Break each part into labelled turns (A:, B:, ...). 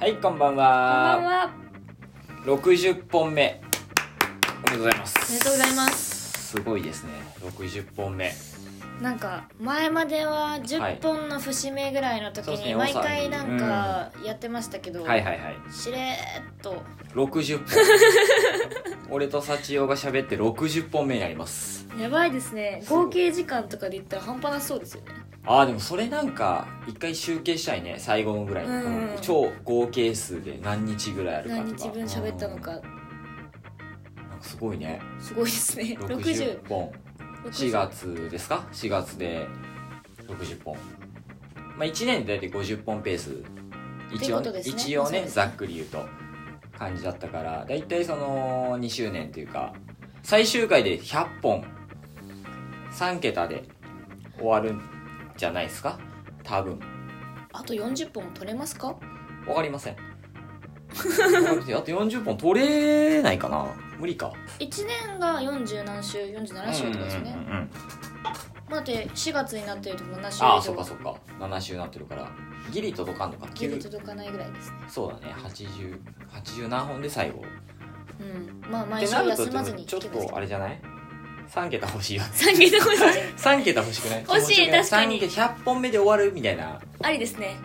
A: はいこんばん
B: こんばん
A: は
B: は。
A: 60本目おめでとうございます
B: おめでとうございます
A: すごいですね60本目
B: なんか前までは
A: はい
B: 10本の節目ぐらいの時
A: そうですね
B: に毎回
A: 多
B: な
A: さに
B: んかやってましたけど、
A: はいはいはい
B: しれーっと
A: 60本俺と幸代が喋って60本目になります
B: やばいですね
A: そう
B: 合計時間とかで言ったら半端なそうですよね
A: ああでもそれなんか一回集計したいね最後のぐらいの、
B: うん
A: この超合計数で何日ぐらいあるかとか
B: 何日分喋ったのか
A: うんなんかすごいね
B: すごいですね60
A: 60本4月ですか4月で60本まあ1年で大体50本ペース一応
B: ってことですね
A: 一応
B: そう
A: ね
B: ですね
A: ざっくり言うと感じだったから大体その2周年というか最終回で100本3桁で終わるんじゃないですか多分
B: あと40本取れますか
A: わかりませんわかりませんあと40本取れないかな無理か
B: 1年が40何週47週とかですよね、
A: うんうんうんうん
B: だって4月になってると7週以
A: あ
B: 上
A: あそっかそっか7週になってるからギリ届かんのか
B: ギリ
A: 9
B: 届かないぐらいですね
A: そうだね80 80何本で最後
B: うんまあ
A: っ
B: 毎
A: て
B: 週
A: なると
B: 休
A: で
B: ま
A: も
B: ずに
A: ちょっ
B: 聞けますけ
A: とあ
B: ど
A: れじゃない3桁欲しい よ
B: 3桁欲しい
A: 3桁欲しくない
B: 欲し
A: 気持
B: い
A: ちよくな
B: 確かに
A: 3桁100本目で終わるみたいな
B: ありですね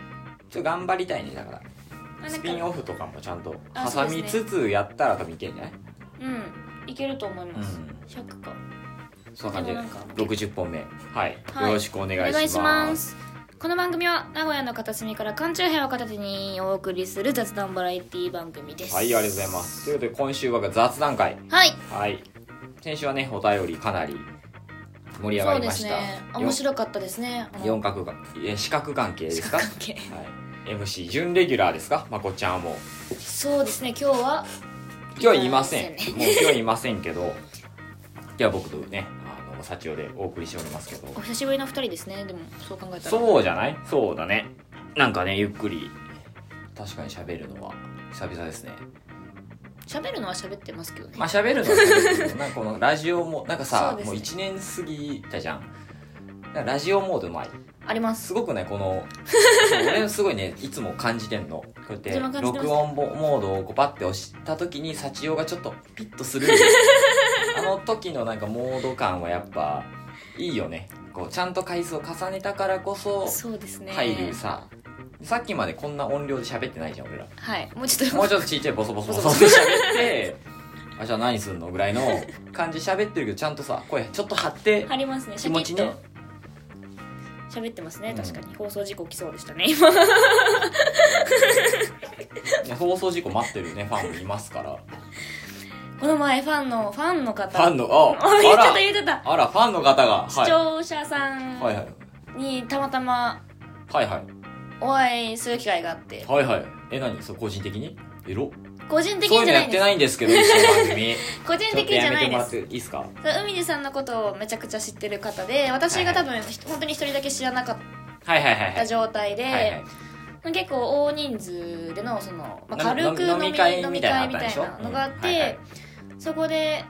A: ちょっと頑張りたいねだから
B: まあなん
A: ス
B: か
A: ピンオフとかもちゃんと
B: あそ
A: 挟
B: うですね
A: みつつやったら多分いけんじゃない
B: うんいけると思います、100か
A: うんそんな感じで
B: でもなんか
A: 60本目はい、
B: はい
A: よろしくお願
B: お願
A: い
B: い
A: し
B: し
A: ま
B: ますすこの番組は名古屋の片隅から缶中編を片手にお送りする雑談バラエティ番組です
A: はいありがとうございますということで今週は雑談会
B: はい
A: はい。先週はね、お便りかなり盛り上が
B: そ
A: り
B: うで
A: まし
B: す
A: た。
B: ね面白かったですねあの
A: 四角関え四角関係ですか。はい。
B: 関係
A: MC 準レギュラーですか。まこちゃんはもう
B: そうですね今日は
A: 今日はいません。も
B: いませ
A: う今日はいませんけど、今日は僕とね、あの幸男でお送りしておりますけど。
B: お久しぶりの2人ですねでもそう考えたら
A: そうじゃない？そうだね。なんかね、ゆっくり確かに喋るのは久々ですね。
B: 喋るのは喋ってますけどね、
A: まあ喋るのは喋るけどなんかこのラジオもなんか
B: そ
A: さ
B: う、ですね
A: もう一年過ぎたじゃん。なんかラジオモードもあり。
B: あります
A: すごくねこ の俺すごいねいつも感じてんのこうやって
B: 自分感じてます
A: 録音ボモードをこうパッて押した時に幸男がちょっとピッとする あの時のなんかモード感はやっぱいいよねこうちゃんと回数を重ねたからこそ
B: そうですね
A: 入るさ、さっきまでこんな音量で喋ってないじゃん俺ら
B: はいもうちょっと
A: もうちょっとちっちゃいボソボソボソって喋ってあじゃあ何すんのぐらいの感じで喋ってるけどちゃんとさ声ちょっと張って
B: 張りますね
A: 気持ち
B: シャキ
A: ね
B: ッと喋ってますね、
A: うん
B: 確かに放送事故来そうでしたね今
A: いや放送事故待ってるねファンもいますから
B: この前ファンのファンの
A: フ
B: 方
A: ァンのあ
B: あ 言っ
A: あ
B: ちゃ
A: ら
B: った言っちゃった
A: あら、ファンの方が。
B: 視
A: はい。
B: 聴者さん
A: はいはい。
B: にたまたま
A: はいはい。
B: お会いする機会があって
A: はいはい。え、何そう、個人的にエロ
B: 個人的
A: そういう
B: じ
A: のや
B: ゃない
A: っ
B: ん
A: て
B: で
A: ないんですけど、一緒の番 組。
B: す個人
A: ちょっ
B: 的
A: と
B: じ
A: や
B: ゃ
A: め
B: な
A: て
B: い
A: も
B: で
A: らっ
B: す
A: ていいですか
B: そう海地さんのことをめちゃくちゃ知ってる方で私が多分ひ本当に一人だけ知らなかっ
A: はいはいはいは
B: た
A: い。
B: 状態で、
A: はいはい
B: 結構大人数でのその、まあ、
A: 飲み
B: 軽く飲み
A: 飲み会
B: 飲
A: み
B: み
A: た
B: 会
A: い
B: み
A: なのあった
B: た
A: で
B: い
A: しょ
B: なのがあって、
A: うんはいはい
B: そこで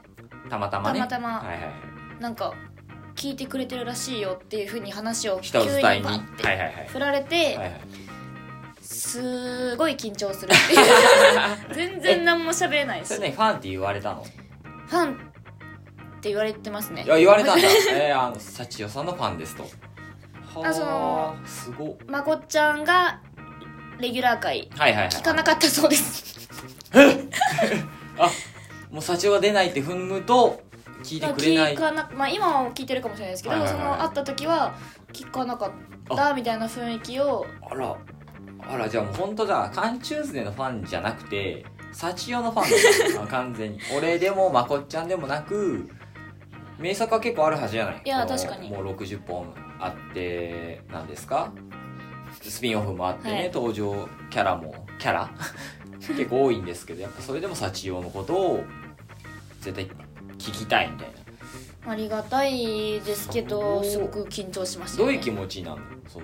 A: たまたまね。
B: たまたま
A: はいはいはい。
B: なんか聞いてくれてるらしいよっていうふうに話を急
A: 人
B: に
A: 伝
B: バ
A: いに。はい
B: ッて
A: はいはい。
B: 振られて、
A: はいはい、
B: すごい緊張するって いう全然何も喋れない
A: そ
B: し
A: れねファンって言われたの
B: ファンって言われてますね
A: いや言われたん だえー、あの幸代さんのファンですとは
B: あその
A: すごっ
B: まこっちゃんがレギュラー会
A: はいはいはい
B: 聞かなかったそうです
A: もう幸代が出ないって踏むと聞いてくれない
B: 聞かなまあ今は聞いてるかもしれないですけど、
A: はいはいはい
B: その会った時は聞かなかったみたいな雰囲気を
A: あら、あら、じゃあもう本当だ、カンチューズデーのファンじゃなくて、幸代のファンだあ完 全に。俺でも、まこっちゃんでもなく、名作は結構あるはずじゃない
B: いや
A: この
B: 確かに
A: もう60本あって、なんですかスピンオフもあってね、
B: はい
A: 登場キャラも、キャラ 結構多いんですけど、やっぱそれでも幸代のことを絶対聞きたいみたいな。
B: ありがたいですけど
A: そう
B: すごく緊張しました
A: ど
B: よ
A: う
B: ね、
A: いう気持ちになるのそ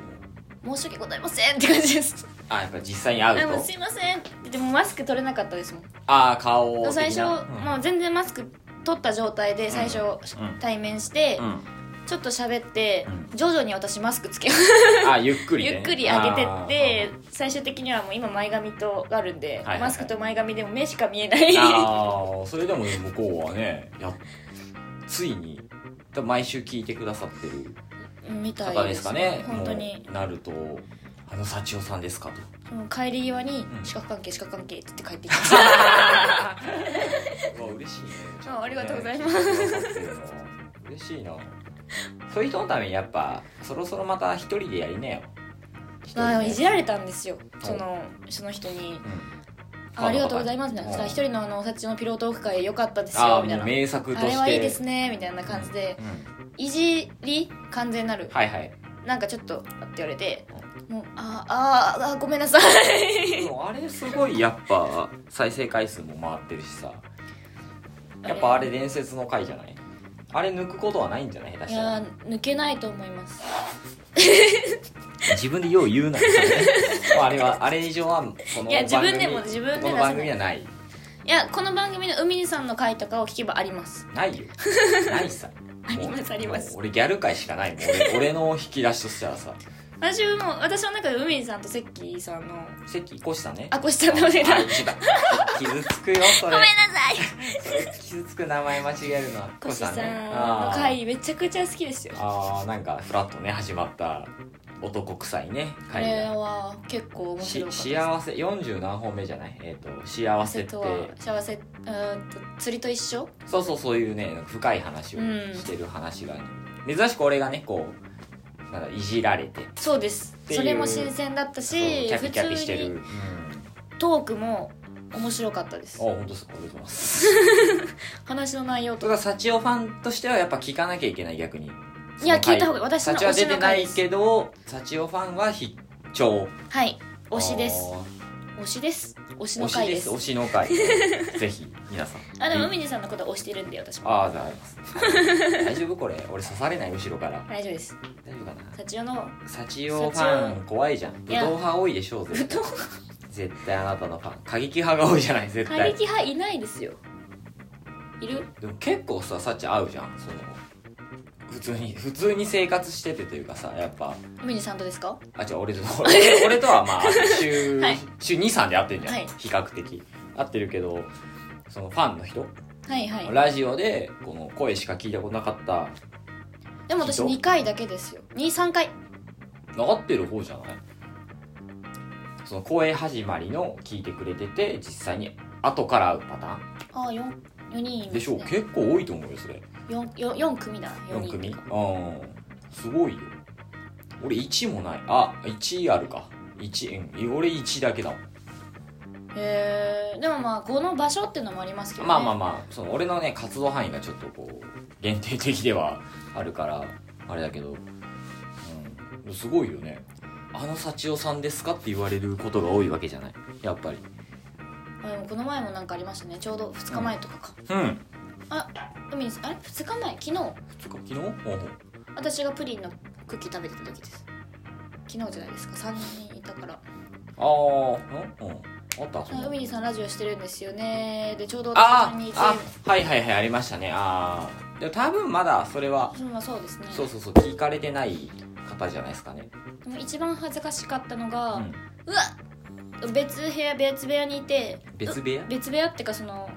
A: の、
B: 申し訳ございませんって感じです
A: あ、やっぱ実際に会
B: で
A: う
B: も
A: と
B: す。いませんってでもマスク取れなかったですもん
A: ああ、顔的な
B: 最初、
A: うん
B: もう全然マスク取った状態で最初、
A: うん
B: 対面して、
A: うん
B: ちょっと喋って、
A: う
B: 徐々に私マスクつけ
A: あゆっくりね
B: ゆっくり上げてって最終的にはもう今前髪とがあるんで、
A: いはいはい
B: マスクと前髪でも目しか見えない
A: あーあーそれでも向こうはねやついに多分毎週聞いてくださってる
B: みた
A: 方
B: い
A: で
B: ですす
A: かね
B: 本当に
A: もうなるとあの幸代さんですか と
B: もう帰り際に
A: う
B: 「
A: ん
B: 四角関係四角関係」って言って帰ってきま した
A: うわ嬉しいねちゃんね
B: あありがとうございます
A: 嬉しいなそういう人のためにやっぱそろそろまた一人でやりなよ一人
B: まあ
A: で
B: いじられたんですよ
A: ん
B: そのその人
A: う
B: に
A: ん
B: 「あありがとうございます」みたいな
A: うん
B: さ「一人のあのおせちのピロートーク会良かったです
A: あ
B: よ」
A: あ
B: みたいな
A: もう名作と
B: あ
A: して
B: れはいいですねみたいな感じで
A: うん
B: いじり完全なる
A: はいはい
B: なんかちょっとって言われてもうああああごめんなさい
A: でもあれすごいやっぱ再生回数も回ってるしさやっぱあれ伝説の回じゃないあれ抜くことはないんじゃない下手
B: い
A: した
B: や
A: ら
B: ー抜けないと思います
A: 自分でよう言うなまああれはあれ以上はこの
B: いや自分
A: 番組
B: でも自分で出
A: この
B: さない
A: 番組はない
B: いやこの番組の海にさんの回とかを聞けばあります
A: ないよないさ
B: ありま
A: も
B: す
A: う
B: あります
A: もう俺ギャル界しかないもん俺俺の引き出しとしたらさ
B: 私はもう私の中で海にさんとセッキーさんの
A: 席越したね
B: あこしさんのお願いご
A: あ
B: めんな
A: 一番傷つくよそれ
B: さい
A: それ傷つく名前間違えるのは
B: コシさん
A: ね
B: の
A: あー
B: 回めちゃくちゃ好きですよ
A: あーなんかフラッとね始まった男臭いね
B: こ
A: 会
B: れ
A: が、
B: は結構面
A: し
B: 白かったです
A: 幸せ40何本目じゃないえっ、と幸せって
B: とは幸せうーんと釣りと一緒
A: そうそうそういうね深い話を
B: うん
A: してる話がね、珍しく俺がねこうなんかいじられて
B: そうです
A: ていう
B: それも新鮮だった
A: そう
B: し
A: キャピキャピしてる、
B: 普通に
A: うん、あ
B: トークも面白かったです
A: 本当ですかありがとうございます
B: 話の内容
A: と
B: と
A: か幸男ファンとしてはやっぱ聞かなきゃいけない逆に
B: いや
A: その回
B: 聞いた方が私の
A: 幸は
B: 推
A: 出
B: しての
A: な
B: 回
A: い
B: です
A: けど幸男ファンは必聴
B: はい推しです
A: あ
B: 推しです推し
A: ー推
B: の
A: し
B: 回
A: で
B: ですす
A: 推しの 回ぜひ皆さん
B: あでも海にさんのことは推してるんで私も
A: ああ、じゃあ、 大丈夫これ。俺刺されない、後ろから。
B: 大丈夫です
A: 大丈夫かな
B: 社長の
A: 幸男ファン怖いじゃん。武
B: いや
A: 闘派多いでしょう、
B: 不
A: 絶対
B: 当。
A: 絶対あなたのファン。過激派が多いじゃない、絶
B: 過
A: 対。
B: 激派いないですよいる
A: でも結構さ、幸合うじゃん、その。普通に、普通に生活しててというかさ、やっぱ、
B: 海にさんとですか
A: あ、違う、俺と、 俺俺とはまあ、週、
B: はい
A: 週2、3で会ってんじゃん。
B: はい
A: 比較的。会ってるけど、そのファンの人、
B: はいはい
A: ラジオで、この声しか聞いたことなかった、
B: でも私
A: 人
B: 2回だけですよ23回
A: 合ってる方じゃないその公演始まりの聞いてくれてて実際に後から会うパター
B: ああ 4, 四人いま
A: ン
B: す、ね、
A: でしょう、結構多いと思うよそれ
B: 4, 4, 4組だ四
A: 4
B: 人
A: 組うんすごいよ俺1もないあ1あるか1うん俺1だけだもん、
B: へえでもまあこの場所っていうのもありますけど、ね、
A: まあまあまあその俺のね活動範囲がちょっとこう限定的ではあるからあれだけど、うん、すごいよねあの幸代さんですかって言われることが多いわけじゃないやっぱり
B: あでもこの前もなんかありましたねちょうど2日前とかか、
A: うん
B: 海にさあれ2日前昨日
A: 昨日ほうほう
B: 私がプリンのクッキー食べてた時です昨日じゃないですか3人いたから
A: ああうんうんあったそん
B: あ
A: な
B: 海にさんラジオしてるんですよねでちょうど私
A: あ
B: 3人い
A: ー
B: て
A: あはいはいはいありましたねああでも多分まだそれは
B: そうまあそうですね
A: そうそうそう聞かれてない方じゃないですかね
B: でも一番恥ずかしかったのが、
A: う
B: うんわ別部屋別部屋にいて
A: 別部屋
B: う別部屋っていうかその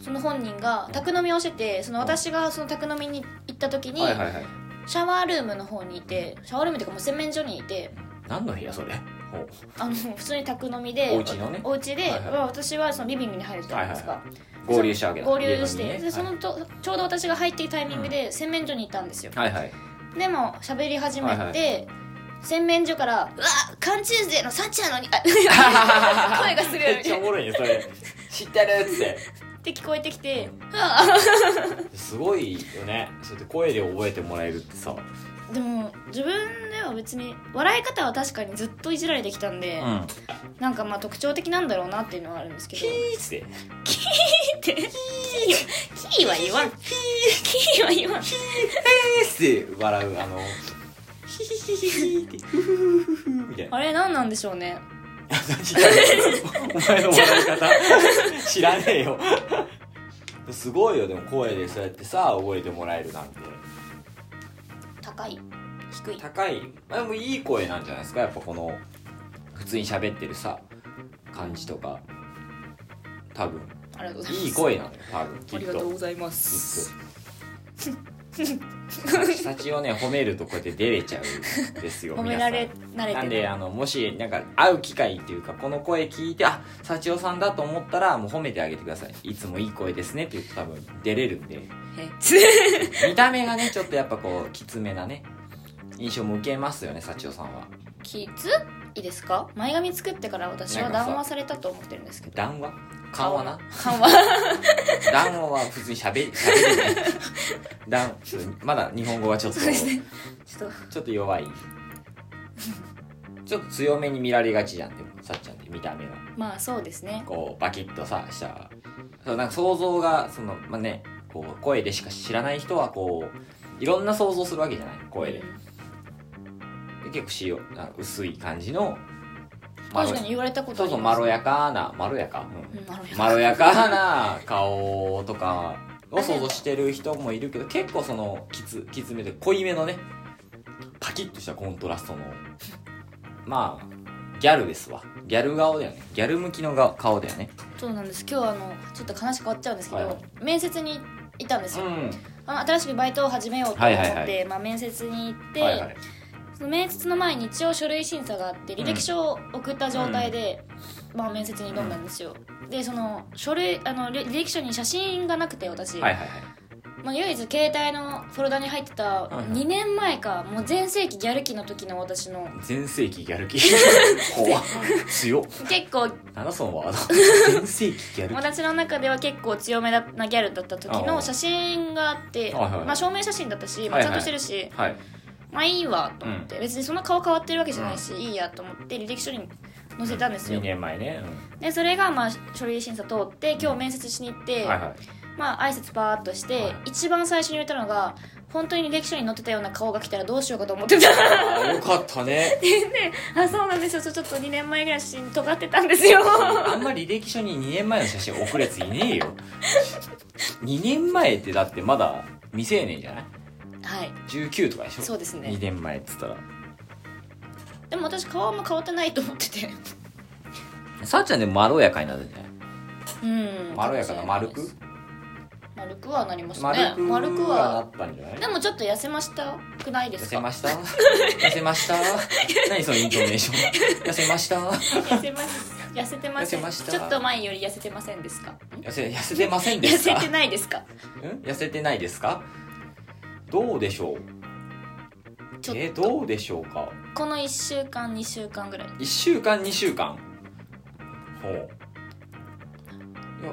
B: その本人が宅飲みをしててその私がその宅飲みに行った時に、
A: はいはいはい
B: シャワールームの方にいてシャワールームっていうかもう洗面所にいて
A: 何の部屋それほう
B: あの普通に宅飲みで
A: お家のね
B: お家で、
A: はいはい
B: まあ私はそのリビングに入るじゃないですか、
A: は合流したわけだ
B: 合流して、
A: 家のにね
B: でそのと、ちょうど私が入っているタイミングで洗面所にいたんですよ、
A: はいはいはい
B: でも喋り始めて、
A: はいは
B: 洗面所から「うわ缶チューズデーのサチなのに あ 声がする
A: めっちゃおもろいねそれ知ってるっつって
B: って聞こえてきて
A: すごいよねそうやって声で覚えてもらえるってさ
B: でも自分では別に笑い方は確かにずっといじられてきたん
A: う
B: で、
A: ん
B: なんかまあ特徴的なんだろうなっていうのはあるんですけど
A: キーっつって
B: ってキーキーは言わんキーは言わん
A: えーって笑うあのヒヒヒヒってフフフフフみたいな
B: あれ何なんでしょうね
A: お前の笑い方知らねえよすごいよでも声でそうやってさ覚えてもらえるなんて
B: 高い低い
A: 高い、まあ、でもいい声なんじゃないですかやっぱこの普通に喋ってるさ感じとか多分
B: ありがとうございます
A: いい声なのよ多分き
B: あ
A: っ
B: り
A: と
B: がとう
A: きっ
B: ございます
A: とサチをね褒めるとこうやって出れちゃうんですよ
B: 褒められ
A: 皆さん
B: 慣れ
A: なん
B: て
A: で
B: ない
A: あのもしなんか会う機会っていうかこの声聞いてあ幸男さんだと思ったらもう褒めてあげてくださいいつもいい声ですねって言うと多分出れるんで
B: え
A: 見た目がねちょっとやっぱこうきつめなね印象も受けますよね幸男さんは
B: きついですか前髪作ってから私は談話されたと思ってるんですけど
A: 談話緩和な
B: 緩和
A: 談話は普通にしゃべしゃべれない談まだ日本語はちょっと
B: そうですねちょっと
A: ちょっと弱いちょっと強めに見られがちじゃんでもさっちゃんって見た目が
B: まあそうですね
A: こうバキッとさしたそうなんか想像がそのまあねこう声でしか知らない人はこういろんな想像するわけじゃない声でで結構しよなんか薄い感じのまろ
B: 確かに言われたこと
A: そ
B: あ
A: う
B: り
A: そう
B: ま
A: ますろやかなまろやか、うん
B: うんまろやか
A: まろやかな顔とかを想像してる人もいるけど結構そのきつきつめで濃いめのねパキッとしたコントラストのまあギャルですわギャル顔だよねギャル向きのが顔だよね
B: そうなんです今日あのちょっと話変わっちゃうんですけど、
A: はい
B: 面接に行ったんです
A: う
B: よ、
A: ん
B: あ新しくバイトを始めようと思って、
A: はいはいは
B: まあ、面接に行って、
A: はいはい
B: その面接の前に一応書類審査があって
A: ん
B: 履歴書を送った状態で、まあ、面接に挑んだんですよ、でその書類あの履履歴書に写真がなくて私、
A: はいはいはい
B: まあ、唯一携帯のフォルダに入ってた
A: いはい
B: 2年前かもう全盛期ギャル期の時の私の
A: 全盛期ギャル 期怖っ強っ
B: 結構
A: なんだそのワー ド全盛期ギャル期
B: 私の中では結構強めなギャルだった時の写真があって
A: あはいはい
B: まあ、証明写真だったし、まあ、
A: はい
B: ちゃ
A: は
B: ん
A: い
B: としてるし、
A: はい
B: まあいいわと思って、別にそんな顔変わってるわけじゃないし、いいやと思って履歴書に載せたんですよ、
A: 2年前ね、
B: でそれがまあ書類審査通って今日面接しに行って、
A: うん、はいはい
B: まあ挨拶パーっとして、
A: はい
B: 一番最初に言われたのが本当に履歴書に載ってたような顔が来たらどうしようかと思ってた
A: あーよかったね
B: あそうなんですよちょっと2年前ぐらいの写真尖ってたんですよ
A: あんま履歴書に2年前の写真送るやついねえよ。2年前ってだってまだ未成年じゃない
B: はい
A: ?19 とかでしょ
B: そうですね
A: 2年前っつったら。
B: でも私顔も変わってないと思ってて
A: さあちゃんでもまろやかになるんじゃない
B: うん
A: まろやかな丸く
B: 丸くはなりました
A: 丸
B: ね
A: く
B: 丸く
A: はな
B: は
A: ったんじゃない
B: でもちょっと痩せましたくないで
A: 痩
B: す
A: せ
B: か
A: ました痩せました 何そのイントネーション痩せました
B: 痩せます痩せてません
A: 痩せました
B: ちょっと前より痩せてませんですかん
A: 痩せ痩せてませんで
B: 痩
A: す
B: せ
A: か
B: てないですか
A: うん痩せてないですかどうでしょう
B: ちょっと
A: えどうでしょうか
B: この1週間2週間ぐらい
A: 1週間2週間ほういや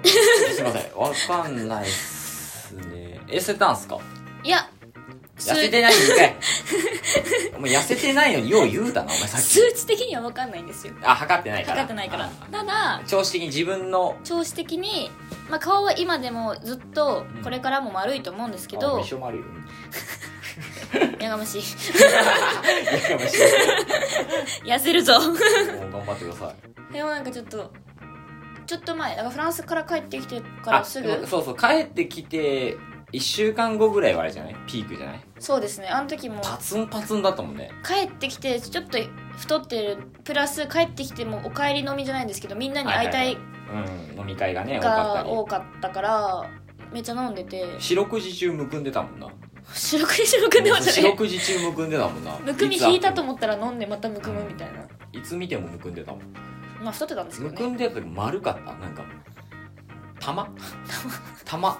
A: すいませんわかんないっすねえ痩せたんすか
B: いや
A: 痩
B: 数
A: せてないんかいお前痩せてないのによう言うたなお前さっ き
B: 数値的には分かんないんですよ
A: あ測ってないから
B: 測ってないから
A: あ
B: ただ
A: 調子的に自分の
B: 調子的に、まあ、顔は今でもずっとこれからも丸いと思うんですけ
A: あ
B: ど
A: 一、緒もあるよ
B: やがまし
A: い
B: い
A: やかもしれ
B: 痩せるぞ
A: ないもう頑張ってください
B: でもなんかちょっとちょっと前だからフランスから帰ってきてからすぐ
A: でもそうそう帰ってきて1週間後ぐらいはあれじゃないピークじゃない
B: そうですねあの時も
A: パツンパツンだったもんね
B: 帰ってきてちょっと太ってるプラス帰ってきてもお帰り飲みじゃないんですけどみんなに会いたい
A: うん飲み会がね多かった
B: が
A: り
B: 多かったからめっちゃ飲んでて
A: 四六時中むくんでたもんな
B: 四六時むくんでまし
A: 四
B: たね
A: 六時中むくんでたもんな
B: むくみ引いたと
A: い
B: 思ったら飲んでまたむくむみたいな
A: ついつ見てもむくんでたもん
B: まあ太ってたんですけ
A: む
B: ど
A: く
B: ね
A: んでた時丸かったなんか玉玉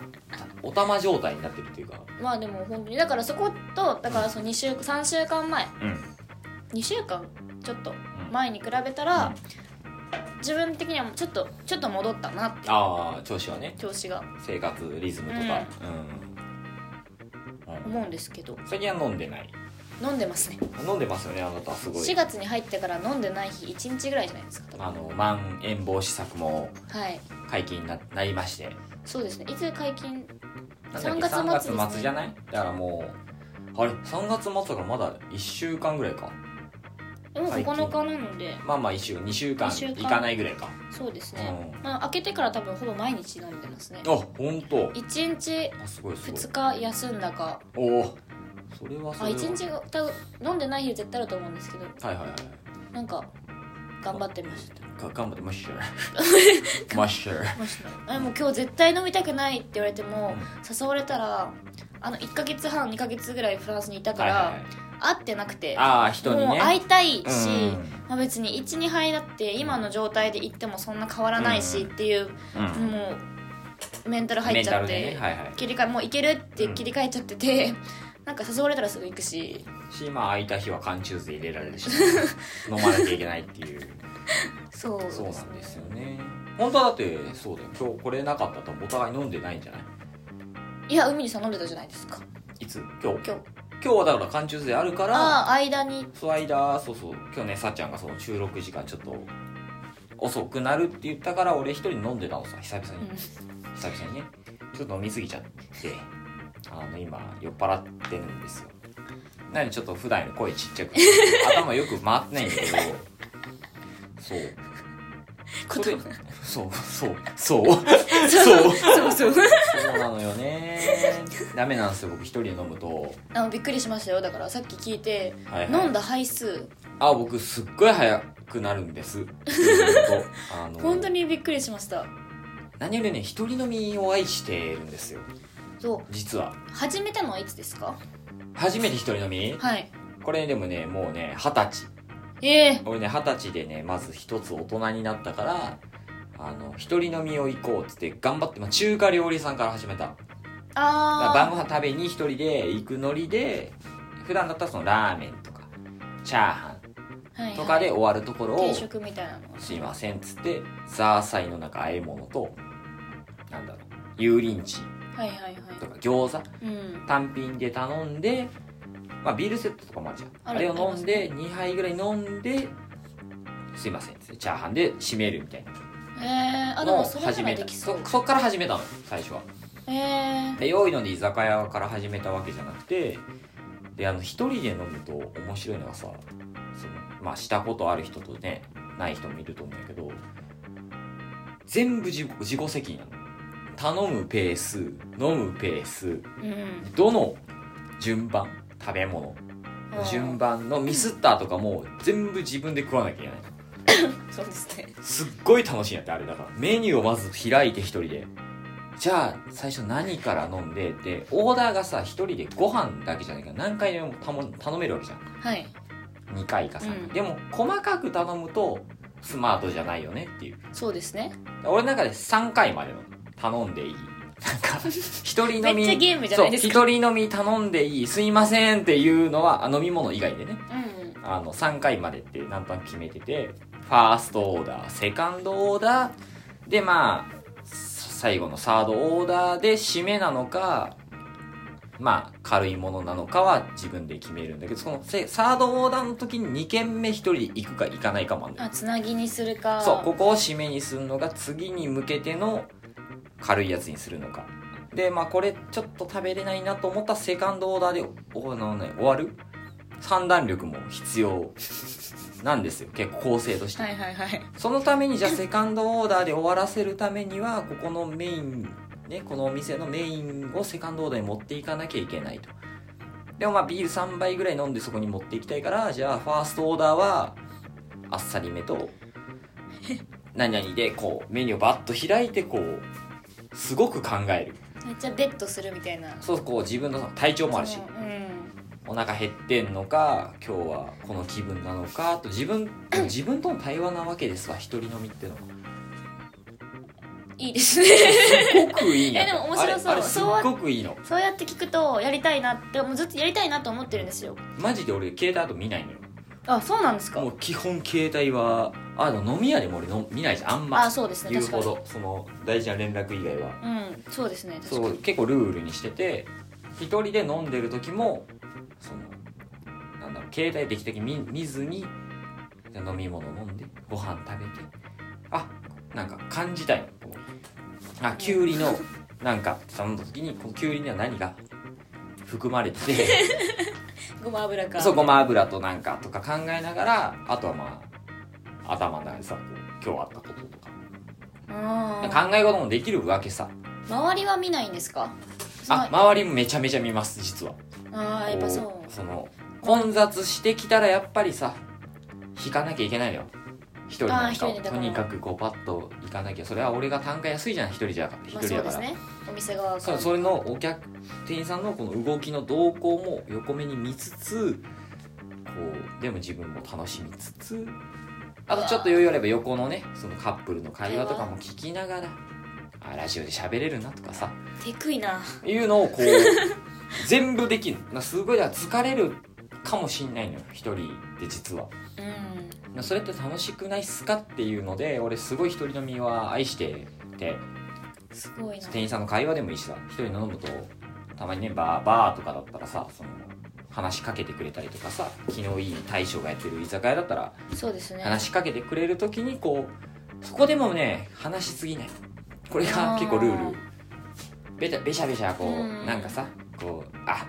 A: お玉状態になってるっていうか
B: まあでも本当にだからそことだからその2週3週間前
A: うん、
B: 2週間ちょっと前に比べたら自分的にはちょっとちょっと戻ったなって
A: ああ調子はね
B: 調子が
A: 生活リズムとかうん、うん
B: 思うんですけど
A: 最近は飲んでない
B: 飲んでますね
A: 飲んでますよねあなたすご
B: 4
A: い
B: 月に入ってから飲んでない日1日ぐらいじゃないですか多分
A: あのまん延防止策も
B: はい
A: 解禁にななりまして
B: そうですねいつ解禁
A: なんだっ
B: 3
A: け
B: 月末
A: 3
B: です
A: 月
B: ね
A: 末じゃないだからもうあれ3月末だからまだ1週間ぐらいか
B: でも
A: 解禁
B: 9日なので
A: まあまあ1週2週間
B: 二週間
A: いかないぐらいか
B: そうですね、
A: うん
B: まあ、開けてから多分ほぼ毎日飲んでますね
A: あ本当
B: 1日
A: あすごいすごい
B: 2日休んだか
A: おおそれはそ
B: あ
A: れは
B: 一日が多分飲んでない日絶対あると思うんですけど
A: はいはいはい
B: なんか頑張ってました
A: が頑張ってマッシ ュルマッシュル
B: えもう今日絶対飲みたくないって言われても
A: うん
B: 誘われたらあの1ヶ月半2ヶ月ぐらいフランスにいたから、
A: はいはいはい
B: 会ってなくて
A: ああ人にね
B: もう会いたいし、
A: うん
B: まあ、別に12杯だって今の状態で行ってもそんな変わらないしっていう、
A: うん
B: もうメンタル入っちゃっ
A: メンタル
B: て、
A: でねはいはい
B: 切り替えもう行けるって切り替えちゃってて、 なんか誘われたらすぐ行くし
A: しまあ空いた日は缶チューズ入れられるし 飲まなきゃいけないっていう
B: そうです
A: そうなんですよね本当はだってそうだよ今日これなかったとお互い飲んでないんじゃない
B: いや海にさん飲んでたじゃないですか
A: いつ今日
B: 今日
A: 今日はだから缶チューズであるから
B: ああ間に
A: スワイダーそうそう今日ねさっちゃんがその収録時間ちょっと遅くなるって言ったから俺一人飲んでたのさ久々に、
B: うん
A: 久々にねちょっと飲みすぎちゃってあの今酔っ払ってるんですよなのにちょっと普段より声ちっちゃくて頭よく回ってないんだけどそう
B: こと
A: それそうそうそうそう
B: そうそう
A: そうなのよ ねダメなんですよ僕一人で飲むと、
B: あのびっくりしましたよだからさっき聞いて、
A: はいはい
B: 飲んだ杯数
A: あ僕すっごい早くなるんです本当あの
B: 本当にびっくりしました
A: 何よりね一人飲みを愛してるんですよ
B: そう
A: 実は
B: 始めたのはいつですか
A: 初めて一人飲み
B: はい
A: これでもねもうね二十歳
B: ええ
A: 俺ね二十歳でねまず一つ大人になったからあの一人飲みを行こうっつって頑張って、まあ、中華料理屋さんから始めただから晩
B: あ
A: ご飯食べに一人で行くノリで普段だったらそのラーメンとかチャーハ
B: あ、はいは
A: ン
B: い
A: とかで終わるところを
B: 定食みたいなの
A: すいませんっつってザーサイの中和え物となんだろう油淋鶏
B: はいはいはい
A: とか餃子
B: うん
A: 単品で頼んで、まあ、ビールセットとかもあるじゃんあ
B: あ
A: れ
B: る
A: を飲んで2杯ぐらい飲んですいませんっつってチャーハンで締めるみたい
B: ええあ
A: な
B: で
A: のを
B: もそれ
A: 始
B: な
A: め
B: らで
A: た
B: きそ
A: そうそっから始めたの最初は
B: ええ
A: で良いので居酒屋から始めたわけじゃなくてであの一人で飲むと面白いのがさそのまあしたことある人とねない人もいると思うんだけど全部自己自己責任なの頼むペース飲むペース
B: うん
A: どの順番食べ物順番のミスったとかも全部自分で食わなきゃいけない
B: そうですね
A: すっごい楽しいんやってあれだからメニューをまず開いて一人でじゃあ最初何から飲んででオーダーがさ一人でご飯だけじゃないから何回でも頼む頼めるわけじゃん
B: はい
A: 2回か3回、
B: うん
A: でも細かく頼むとスマートじゃないよねっていう
B: そうですね
A: 俺の中で3回までの頼んでいいなんか一人飲み
B: めっちゃゲームじゃないですか
A: そう一人飲み頼んでいいすいませんっていうのはあ飲み物以外でね
B: うん
A: あの3回までってなんとなく決めててファーストオーダーセカンドオーダーでまあさ最後のサードオーダーで締めなのかまあ軽いものなのかは自分で決めるんだけどそのせサードオーダーの時に2軒目1人で行くか行かないかもあるんだよ
B: あつなぎにするか
A: そうここを締めにするのが次に向けての軽いやつにするのかでまあこれちょっと食べれないなと思ったらセカンドオーダーでおあの、ね、終わる判断力も必要なんですよ結構構成として、
B: はいはいはい
A: そのためにじゃあセカンドオーダーで終わらせるためにはここのメインねこのお店のメインをセカンドオーダーに持っていかなきゃいけないとでもまあビール3杯ぐらい飲んでそこに持っていきたいからじゃあファーストオーダーはあっさりめと何々でこうメニューをバッと開いてこうすごく考える
B: めっちゃベッドするみたいな
A: そうこう自分の体調もあるし
B: うん
A: お腹減ってんのか今日はこの気分なのかと自分自分との対話なわけですわ一人飲みってのは
B: いいですね
A: すごくいいんや
B: えでも面白そう
A: あれあれすっごくいいの
B: そうやって聞くとやりたいなってもうずっとやりたいなと思ってるんですよ
A: マジで俺携帯あと見ないのよ
B: あそうなんですか
A: もう基本携帯はあでも飲み屋でも俺の見ないじゃんあんま
B: あそうですね
A: 言う
B: 確か
A: ほ
B: に
A: どその大事な連絡以外は
B: うんそうですね確
A: そ
B: か
A: う
B: に
A: 結構ルールにしてて一人で飲んでる時もそのなんだろう携帯できるだけ見見ずにじゃあ飲み物飲んでご飯食べてあなんか感じたいのこうあきゅうりのなんかって頼んだ時にこのきゅうりには何が含まれてて
B: ごま油か
A: そうごま油となんかとか考えながらあとはまあ頭の中でさこう今日あったこととか
B: あー
A: 考え事もできるわけさ
B: 周りは見ないんですか
A: あ周りもめちゃめちゃ見ます実は
B: あああやっぱそう
A: その混雑してきたらやっぱりさ引かなきゃいけないよ一人
B: あー
A: なん
B: 一
A: かを
B: 人でだ
A: と
B: から
A: にかくこうパッと行かなきゃそれは俺が単価安いじゃん一人じゃ一
B: まあ
A: 人
B: そ
A: だ
B: うで
A: か
B: す
A: ら、
B: ねお店側
A: そ
B: が
A: うそれのお客店員さんのこの動きの動向も横目に見つつこうでも自分も楽しみつつあとちょっと余裕あれば横のねそのカップルの会話とかも聞きながらあラジオで喋れるなとかさ
B: 手くいな
A: いうのをこう全部できるなすごいだから疲れるかもしんないのよ一人で実は
B: うん
A: なそれって楽しくないっすかっていうので俺すごい一人飲みは愛してて
B: すごいな
A: 店員さんの会話でもいいしさ一人飲むとたまにねバーバーとかだったらさその話しかけてくれたりとかさ気のいい大将がやってる居酒屋だったら
B: そうですね
A: 話しかけてくれる時にこうそこでもね話しすぎないこれが結構ルールべたべしゃべしゃこう、
B: うん
A: なんかさこうあ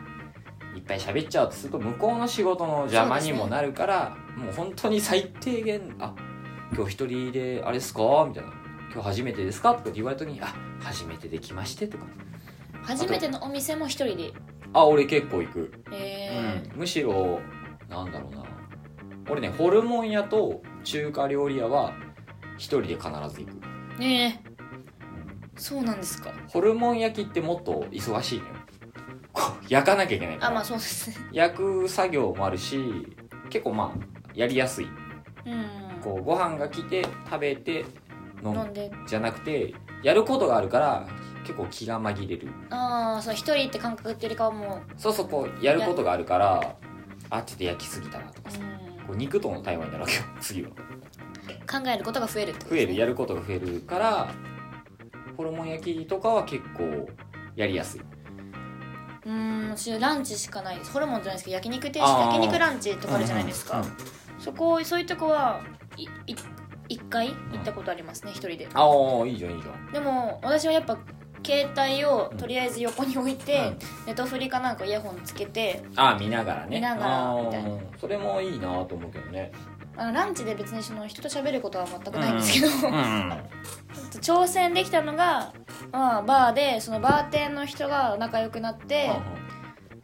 A: いっぱい喋っちゃうとすると向こうの仕事の邪魔にもなるからもう本当に最低限「あ今日一人であれですか?」みたいな「今日初めてですか?」とか言われた時に「あ初めてできまして」とか
B: 初めてのお店も一人で
A: 「あ俺結構行く」
B: え
A: うん、むしろなんだろうな俺ねホルモン屋と中華料理屋は一人で必ず行く
B: ー、ねえそうなんですか
A: ホルモン焼きってもっと忙しいのよこう焼かなきゃいけないか
B: あ
A: ら、
B: まあそうですね
A: 焼く作業もあるし結構まあやりやすい
B: うん
A: こうご飯が来て食べて飲
B: 飲
A: む
B: んで
A: じゃなくてやることがあるから結構気が紛れる
B: ああそう一人って感覚っていうよりかはも
A: そうそうこうやることがあるからあちょっと焼きすぎたなとか
B: う、う
A: こう肉との対話になるわけよ次は
B: ん、考えることが増えるってこと
A: 増
B: で
A: え
B: す、ね、
A: るやることが増えるからホルモン焼きとかは結構やりやすい
B: うん私ランチしかないですホルモンじゃないですけど焼肉定
A: あ
B: 食
A: ー
B: 焼肉ランチとかあるじゃないですか、
A: うんうん
B: そこそういうとこはいい一回行ったことありますね一人で
A: ああいいじゃんいいじゃん
B: でも私はやっぱ携帯をとりあえず横に置いて、ネットフリかなんかイヤホンつけて
A: ああ見ながらね
B: 見ながらみたいな
A: あーそれもいいなと思うけどね
B: あのランチで別にその人と喋ることは全くないんですけど、
A: うん
B: 挑戦できたのが、まあ、バーでそのバーテンの人が仲良くなって、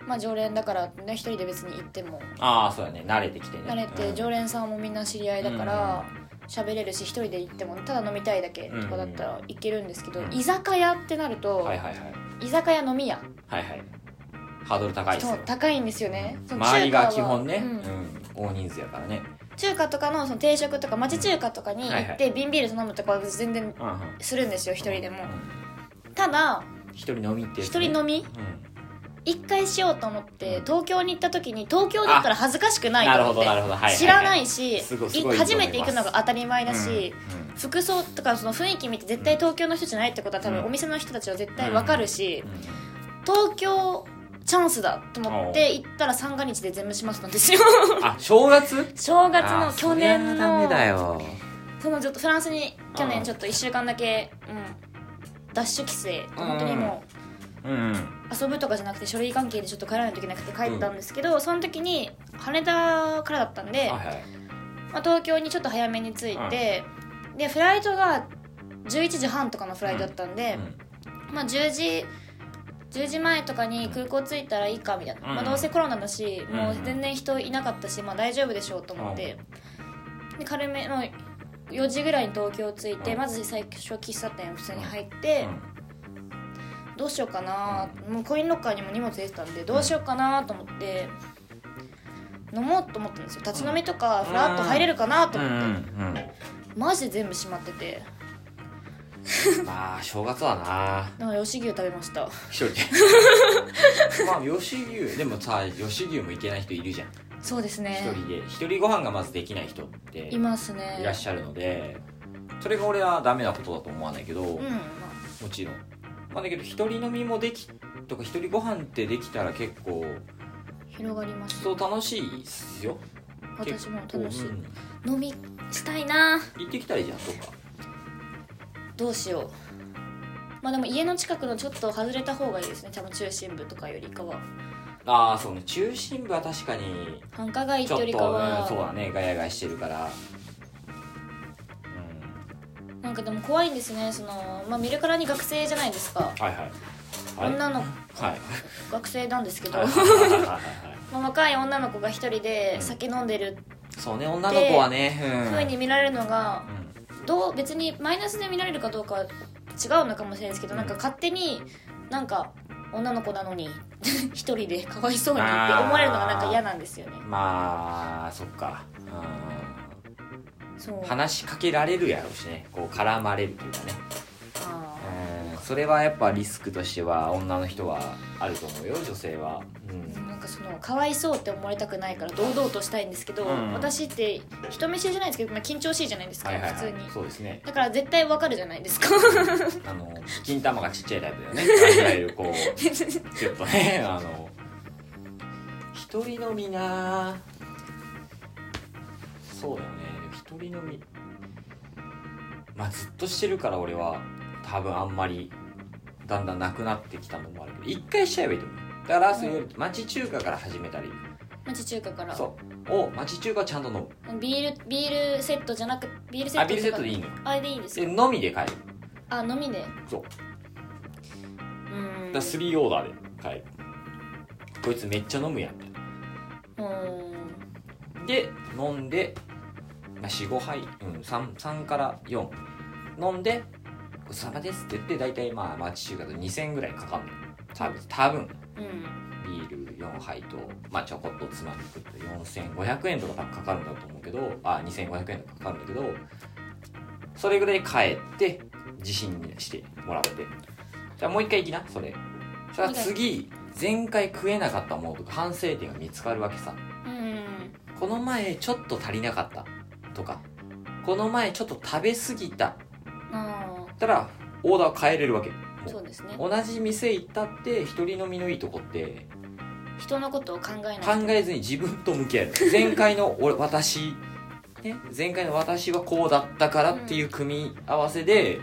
B: まあ、常連だから、ね、一人で別に行っても
A: ああそうだね慣れてきてね
B: 慣れて常
A: 連
B: 連さんもみんな知り合いだから喋れるし一人で行ってもただ飲みたいだけとかだったら行けるんですけど、
A: うん
B: 居酒屋ってなると、
A: はいはいはい
B: 居酒屋飲み屋
A: はいはいハードル高いです
B: そ
A: よ
B: う高いんですよね、その中華は
A: 周りが基本ね、う
B: うんん
A: 大人数やからね、
B: 中華とかのその定食とか町中華とかに行
A: はいは
B: っ
A: い
B: て瓶、ビール頼むとかは全然
A: うんうん、
B: するんですよ一人でも、
A: うん
B: ただ
A: 一人飲みってや
B: 一
A: つね、
B: 人飲み
A: うん
B: 一回しようと思って
A: うん
B: 東京に行った時に東京だったら恥ずかしくないと思って
A: なるほどなるほどはいはいはい
B: 知らないし
A: すごいすごい
B: い初めて行くのが当たり前だし、
A: うんうん
B: 服装とかその雰囲気見て絶対東京の人じゃないってことは多
A: う
B: 分
A: ん
B: お店の人たちは絶対わかるし、
A: うん
B: 東京チャンスだと思って行ったら三が日で全部します なんですよ
A: あ正月
B: 正月
A: あ
B: の
A: ーそ
B: 去年
A: りゃダメ
B: の
A: だよ
B: そのちょっとフランスに去
A: うん
B: 年ちょっと1週間だけ、うん、ダッシュ帰省本当にもう
A: うん
B: 遊ぶとかじゃなくて書類関係でちょっと帰らないといけなくて帰ったんですけど、その時に羽田からだったんで、
A: はいはい
B: まあ、東京にちょっと早めに着いて、でフライトが11時半とかのフライトだったんで、まあ、10時10時前とかに空港着いたらいいかみたいな、
A: うん
B: まあ、どうせコロナだし、
A: うん
B: もう全然人いなかったし、まあ、大丈夫でしょうと思って、で軽めの4時ぐらいに東京着いて、
A: うん
B: まず最初喫茶店普通に入って、どうしようかなもうコインロッカーにも荷物入れてたんでどうしようかなと思って飲もうと思ったんですよ立ち飲みとかふらっと入れるかなと
A: うんう
B: 思
A: ん
B: って
A: うん
B: マジで全部閉まってて
A: うんまあ正月はな
B: だから吉牛食べました
A: 一人で まあ吉牛でもさ吉牛も行けない人いるじゃん
B: そうです
A: 一
B: ね
A: 人で一人ご飯がまずできない人って
B: い
A: い
B: ますね
A: らっしゃるのでそれが俺はダメなことだと思わないけど
B: う
A: も
B: んま
A: ちろんまあだけど一人飲みもできとか一人ご飯ってできたら結構
B: あ広がりました
A: そう楽しいっすよ
B: 私も楽し
A: 結
B: い
A: 構うん
B: 飲みしたいな
A: 行ってきたりじゃんとか
B: どうしようまあでも家の近くのちょっと外れた方がいいですね多分中心部とかよりかは
A: ああそうね中心部は確かに
B: 繁華街っ
A: ち
B: て
A: ょっと、う
B: よ
A: ん、
B: り
A: そ
B: かは
A: うだねガヤガヤしてるからうん
B: なんかでも怖いんですねその、まあ、見るからに学生じゃないですか
A: はいはいあれ
B: 女の
A: はい
B: 学生なんですけど
A: はいはいはいはいはい
B: まあ若い女の子が一人で
A: うん
B: 酒飲んでる
A: そうね女の子はねうん
B: 風に見られるのが
A: うん
B: どう別にマイナスで見られるかどうかは違うのかもしれないですけどなんか勝手になんか女の子なのに 一人でかわいそうにって思われるのがなんか嫌なんですよね
A: まあそっかうん
B: そう
A: 話しかけられるやろうしねこう絡まれるというかね
B: あ
A: うんそれはやっぱリスクとしては女の人はあると思うよ女性はう
B: ー
A: ん
B: なんかそのかわいそうって思われたくないから堂々としたいんですけど、
A: うん
B: 私って人見知りじゃないですけど、まあ、緊張しいじゃないですか、
A: はいはい
B: 普通
A: は
B: に
A: いそうですね
B: だから絶対わかるじゃな いですか
A: あの金玉がちっちゃいタイプだよねいわゆるこうちょっと ねあの一人飲みなそうだよねでも一人飲みまあずっとしてるから俺は多分あんまりだんだんなくなってきたのもあるけど一回しちゃえばいいと思うだからそういうより町中華から始めたり
B: 町中華から
A: そうを町中華ちゃんと飲む
B: ビールビールセットじゃなくビールセッ
A: あ
B: ト
A: ビールセットでい
B: い
A: いのよ
B: あれでいいんです
A: で
B: よ
A: 飲みで帰る
B: あ飲みで
A: そう
B: うん
A: だ3オーダーで帰るこいつめっちゃ飲むやんみたいな
B: うん
A: で飲んで、まあ、45杯、うん、3, 3から4飲んで「ごちそうさまです」って言って大体まあ町中華と2000ぐらいかかんの多分多分
B: うん
A: ビール4杯と、まあ、ちょこっとつまみ食って4500円とか多分かかるんだと思うけどあ2500円とかかかるんだけどそれぐらい帰って自信にしてもらってじゃあもう一回行きなそれそれは次前回食えなかったものとか反省点が見つかるわけさ
B: うん
A: この前ちょっと足りなかったとかこの前ちょっと食べ過ぎた
B: あ
A: たらオーダーを変えれるわけ
B: あそうですね
A: 同じ店行ったって一人飲みのいいとこって
B: 人のことを考えない
A: 考えずに自分と向き合える前回の俺私、ね、前回の私はこうだったからっていう組み合わせで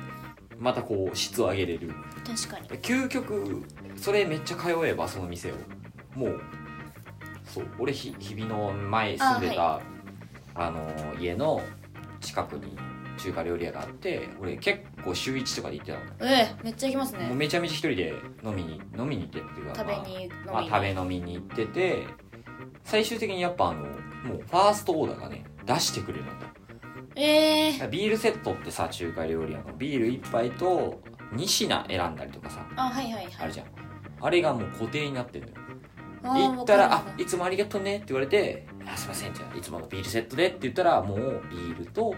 A: またこう質を上げれる
B: 確かに
A: 究極それめっちゃ通えばその店をもうそう俺ひ日比の前住んでたあ,、の家の近くに中華料理屋があって俺結構週1とかで行ってたの、
B: ええめっちゃ行きます
A: もう
B: ね
A: めちゃめちゃ一人で飲みに飲みに行ってっていうか
B: 食べに
A: まあ、
B: 飲み
A: まあ食べ
B: に
A: 飲みに行ってて最終的にやっぱあのもうファーストオーダーがね出してくれるんだっ ただ
B: ええ
A: からビールセットってさ中華料理屋のビール1杯と2品選んだりとかさ
B: あはいはい
A: あ
B: はい
A: るじゃんあれがもう固定になってるのよ
B: あー
A: 行ったら「
B: わ
A: あ
B: かる
A: いつもありがとうね」って言われて「あすいませんじゃあいつものビールセットで」って言ったらもうビールと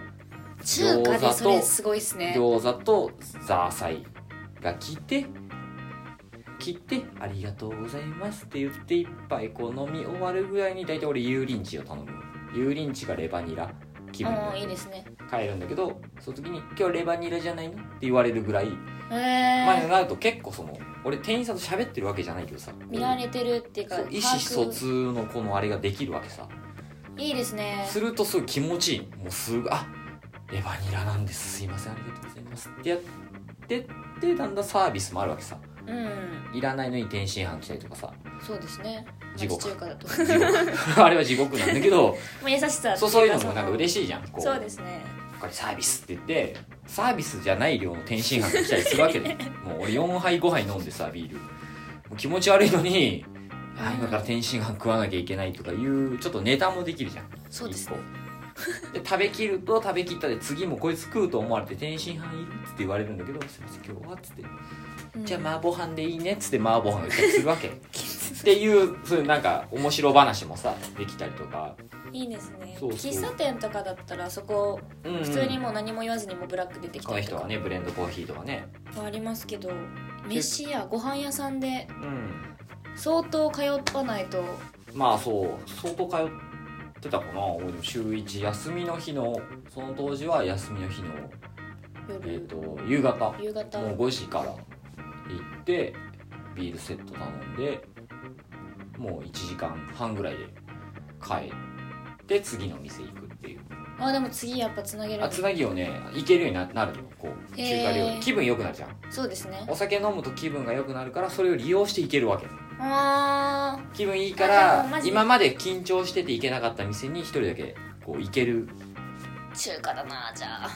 B: 中華でそ
A: 餃子
B: れ
A: と
B: すごいっすね
A: 餃子とザーサイが来て切って「ありがとうございます」って言って一杯こう飲み終わるぐらいに大体俺油淋鶏を頼む油淋鶏かレバニラ気分
B: ああい
A: で
B: いですね
A: 帰るんだけどその時に「今日レバニラじゃないの?」って言われるぐらい
B: え
A: 前に
B: え
A: なると結構その俺店員さんと喋ってるわけじゃないけどさ
B: 見られてるっていうか
A: そう意思疎通のこのあれができるわけさ
B: 把握いいですね
A: するとすごい気持ちいいもうすぐあレバニラなんですすいませんありがとうございますってやってってだんだんサービスもあるわけさ
B: うん
A: いらないのに天津飯来たりとかさ
B: そうですね
A: 地獄
B: 町中華だと
A: 地獄 あれは地獄なんだけど
B: まあ優しさ
A: そうそういうのもなんか
B: しい
A: 嬉しいじゃんこう
B: そうですね
A: これサービスって言ってサービスじゃない量の天津飯が来たりするわけ でもう俺4杯5杯飲んでさビールもう気持ち悪いのにあ今から天津飯食わなきゃいけないとかいうちょっとネタもできるじゃん
B: そうですね
A: 一個で食べきると食べきったで次もこいつ食うと思われて天津飯いるっつって言われるんだけど「すいません今日は」っつって「
B: うん
A: じゃあ麻婆飯でいいね」っつって麻婆飯が来たりする わけっていうそういうなんか面白話もさできたりとか、
B: いいですね
A: そうそう
B: 喫茶店とかだったらそこ
A: うんうん
B: 普通にもう何も言わずにもうブラック出てき
A: こ
B: た
A: の
B: りと
A: 人
B: か
A: はねブレンドコーヒーとかね
B: はありますけど飯やご飯屋さんで
A: うん
B: 相当通わないと
A: まあそう相当通ってたかな俺も週1休みの日のその当時は休みの日の、えー、
B: 夜
A: と夕方
B: 夕方
A: もう5時から行ってビールセット頼んでもう1時間半ぐらいで帰って次の店行くっていう
B: あでも次やっぱつなげる
A: あつなぎをね行けるようにななるのこう中華料
B: へ
A: 理
B: ー
A: 気分良くなるじゃん
B: そうですね
A: お酒飲むと気分が良くなるからそれを利用して行けるわけ
B: あ
A: 気分いいか
B: あ
A: ら
B: でもマジで
A: 今まで緊張してて行けなかった店に一人だけこう行ける
B: ー中華だなじゃあ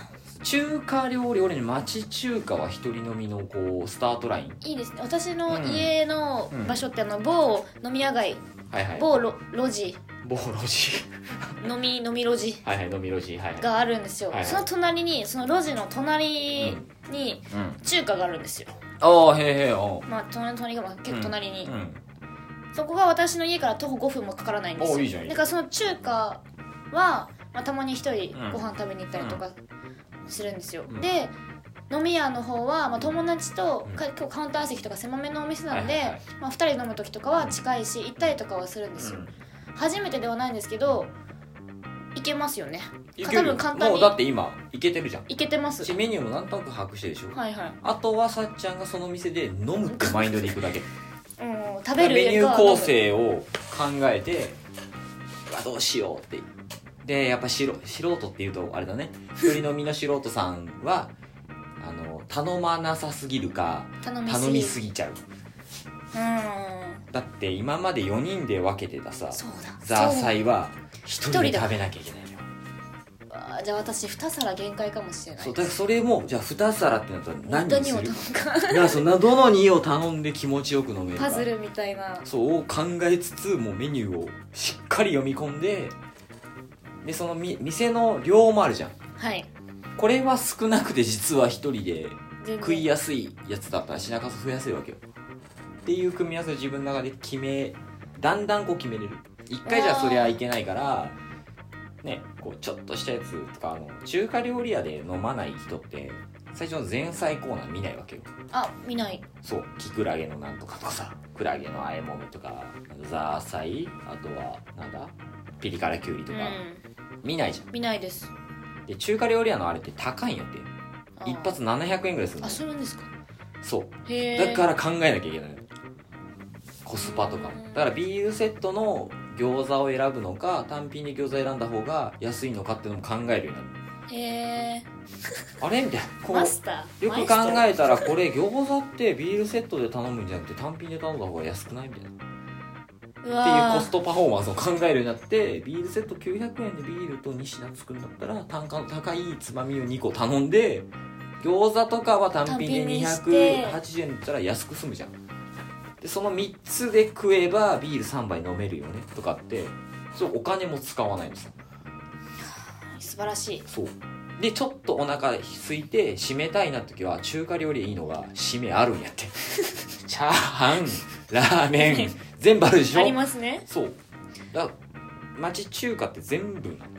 A: 中華料理俺ね町中華は一人飲みのこうスタートライン
B: いいですね私の家の場所ってあの某飲み屋街
A: はいはい
B: 某路路地
A: 某路地
B: 飲み飲み路地
A: はいはい飲み路地はいはい
B: があるんですよ、
A: はいはい
B: その隣にその路地の隣に
A: うん
B: 中華があるんですよ
A: ああへえへえお
B: まあ隣隣がまあ結構隣に、
A: うんうん
B: そこが私の家から徒歩5分もかからないんですよ
A: おいいじゃんいいじゃん
B: だからその中華は、まあ、たまに一人ご飯食べに行ったりとかするんですよ、
A: うん
B: で飲み屋の方は、まあ、友達と、か結構カウンター席とか狭めのお店なんで、
A: はいはいはい
B: まあ、2人飲む時とかは近いし行ったりとかはするんですよ、
A: うん
B: 初めてではないんですけど行けますよね
A: いける
B: 多分簡単に
A: もうだって今いけてるじゃん
B: 行けてます
A: しメニューもなんとなく把握してるでしょ
B: はいはい
A: あとはさっちゃんがその店で飲むってマインドでいくだけ
B: うん食べる
A: メニュー
B: か
A: 構成を考えてうわどうしようってでやっぱしろ素人っていうとあれだね一人飲みの素人さんはあの頼まなさすぎるか
B: 頼みすぎ
A: 頼みすぎちゃう
B: うん
A: だって今まで4人で分けてたさ
B: そうだ
A: ザー
B: そう
A: サイは一人
B: 一人
A: で
B: だ
A: 食べなきゃいけないのよ
B: あーじゃあ私2皿限界かもしれない
A: そうだからそれもじゃあ2皿ってなったら何に
B: 何
A: す
B: を
A: る
B: どうか
A: いやそんなどの2を頼んで気持ちよく飲めるか
B: パズルみたいな
A: そうを考えつつもうメニューをしっかり読み込んででそのみ店の量もあるじゃん
B: はい
A: これは少なくて実は1人で
B: 全然
A: 食いやすいやつだったら品数増やせるわけよっていう組み合わせを自分の中で決めだんだんこう決めれる一回じゃそりゃいけないからねこうちょっとしたやつとかあの中華料理屋で飲まない人って最初の前菜コーナー見ないわけよ
B: あ見ない
A: そうキクラゲのなんとかとかさクラゲの和え物とかザーサイあとはなんだピリ辛きゅうり
B: う
A: とか、
B: ん
A: 見ないじゃ
B: 見ないです
A: んで中華料理屋のあれって高いんやって
B: あー
A: 一発700円ぐらいするの
B: あするんですか
A: そう
B: へえ
A: だからら考えなきゃいけないのコスパとかもだからビールセットの餃子を選ぶのか単品で餃子選んだ方が安いのかっていうのも考えるようになる
B: へえ
A: あれみたいなこ
B: マ
A: う
B: スター
A: よく考えたらこれ餃子ってビールセットで頼むんじゃなくて単品で頼んだ方が安くないみたいな
B: え
A: っ
B: う
A: ていう
B: わ
A: コストパフォーマンスを考えるようになってビールセット900円でビールと2品作るんだったら単価の高いつまみを2個頼んで餃子とかは単品
B: 単
A: で
B: 品にして
A: 280円だったら安く済むじゃんでその3つで食えばビール3杯飲めるよねとかってそうお金も使わないんですよ
B: ー素晴らしい
A: そうでちょっとお腹空いて締めたいなって時は中華料理いいのが締めあるんやって チャーハンラーメン全部あるでしょ
B: ありますね
A: そうだ町中華って全部なの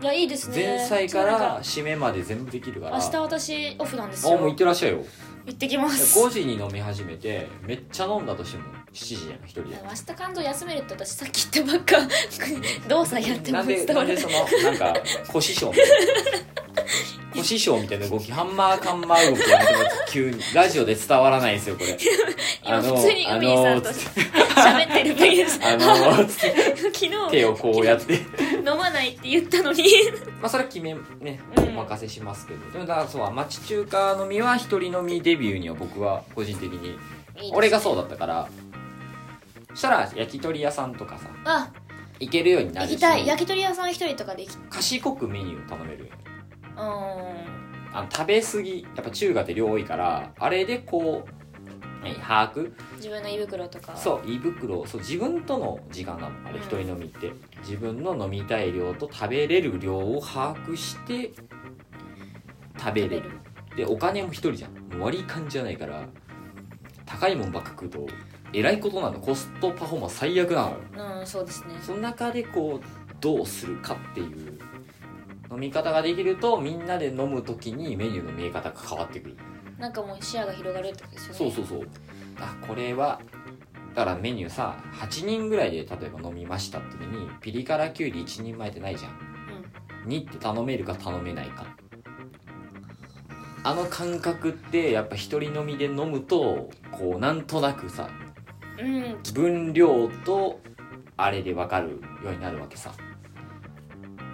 B: いやいいですね
A: 前菜か
B: そうなん
A: ら締めまで全部できるから
B: 明日私オフなんです
A: あ
B: よ
A: もう行ってらっしゃいよ
B: 行ってきます
A: 5時に飲み始めてめっちゃ飲んだとしても7時やん一人
B: い
A: で
B: や明日肝臓休めるって私さっき言ったばっか 動作やって
A: な
B: も
A: んで
B: 伝
A: な
B: わ
A: ん
B: ら
A: で
B: ない
A: そのなんか小師匠みた いな小師匠みたいな動きハンマーカンマー動きやめてもらって急にラジオで伝わらないですよこれ
B: 今普通に
A: あの
B: 海さ
A: あ
B: ん
A: の
B: と
A: つって
B: 喋ってるだけ です
A: あのつって
B: 昨日
A: 手をこうやって
B: 飲まないって言ったのに
A: まあそれは決めね
B: う
A: お
B: ん
A: 任せしますけど、でもだからそう町中華飲みは一人飲みデビューには僕は個人的に俺がそうだったからそしたら焼き鳥屋さんとかさ
B: あ
A: 行けるようにな
B: 行
A: るし
B: きたい焼き鳥屋さん一人とかで行きう
A: 賢くメニューを頼めるよね
B: ーん
A: あの食べ過ぎやっぱ中華って量多いからあれでこう何把握
B: 自分の胃袋とか
A: そう胃袋をそう自分との時間なのあれ
B: うん
A: 一人飲みって、自分の飲みたい量と食べれる量を把握して食べれ
B: 食べ
A: る
B: る
A: でお金も一人じゃんもう割り勘じゃないから高いもんばっか食うとえらいことなのコストパフォーマンス最悪なのよ
B: うんそうですね
A: その中でこうどうするかっていう飲み方ができるとみんなで飲む時にメニューの見え方が変わってくる
B: なんかもう視野が広がるってことですよね
A: そうそうそうあこれはだからメニューさ8人ぐらいで例えば飲みましたって時にピリ辛きゅうり1人前ってないじゃん2って頼めるか頼めないかあの感覚ってやっぱ一人飲みで飲むとこうなんとなくさ
B: うん、うん、
A: 分量とあれで分かるようになるわけさ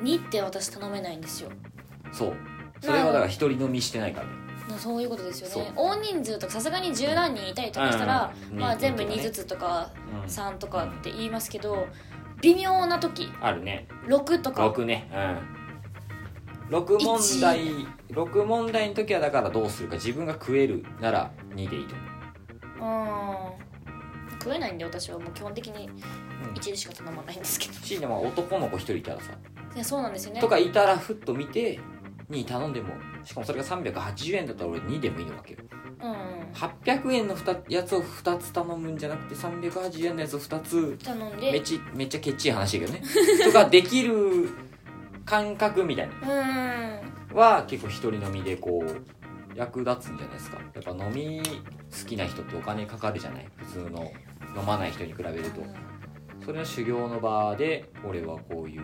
B: 2って私頼めないんですよ
A: そうそれはだから一人飲みしてないからね
B: なそういうことですよ
A: そう
B: ね大人数とかさすがに十何人いたりとかしたら、
A: うん
B: まあ、全部
A: 二
B: 2ずつとか
A: うん
B: 3とかって言いますけど微妙な時
A: あるね
B: 6とか
A: 6ね6問題6問題の時はだからどうするか自分が食えるなら2でいいと思
B: あー食えないんで私はもう基本的に
A: う、うん
B: 1でしか頼まないんですけど、
A: C でも男の子1人いたらさ
B: いやそうなんですよね
A: とかいたらふっと見て2頼んでもしかもそれが380円だったら俺2でもいいのわけよ
B: うんうん
A: 800円のふたやつを2つ頼むんじゃなくて380円のやつを2つ
B: 頼ん
A: めっ
B: で
A: ちめっちゃケチい話だけどねとかできる感覚みたいな
B: うんうん
A: は結構一人飲みでこう役立つんじゃないですかやっぱ飲み好きな人ってお金かかるじゃない普通の飲まない人に比べるとそれの修行の場で俺はこういう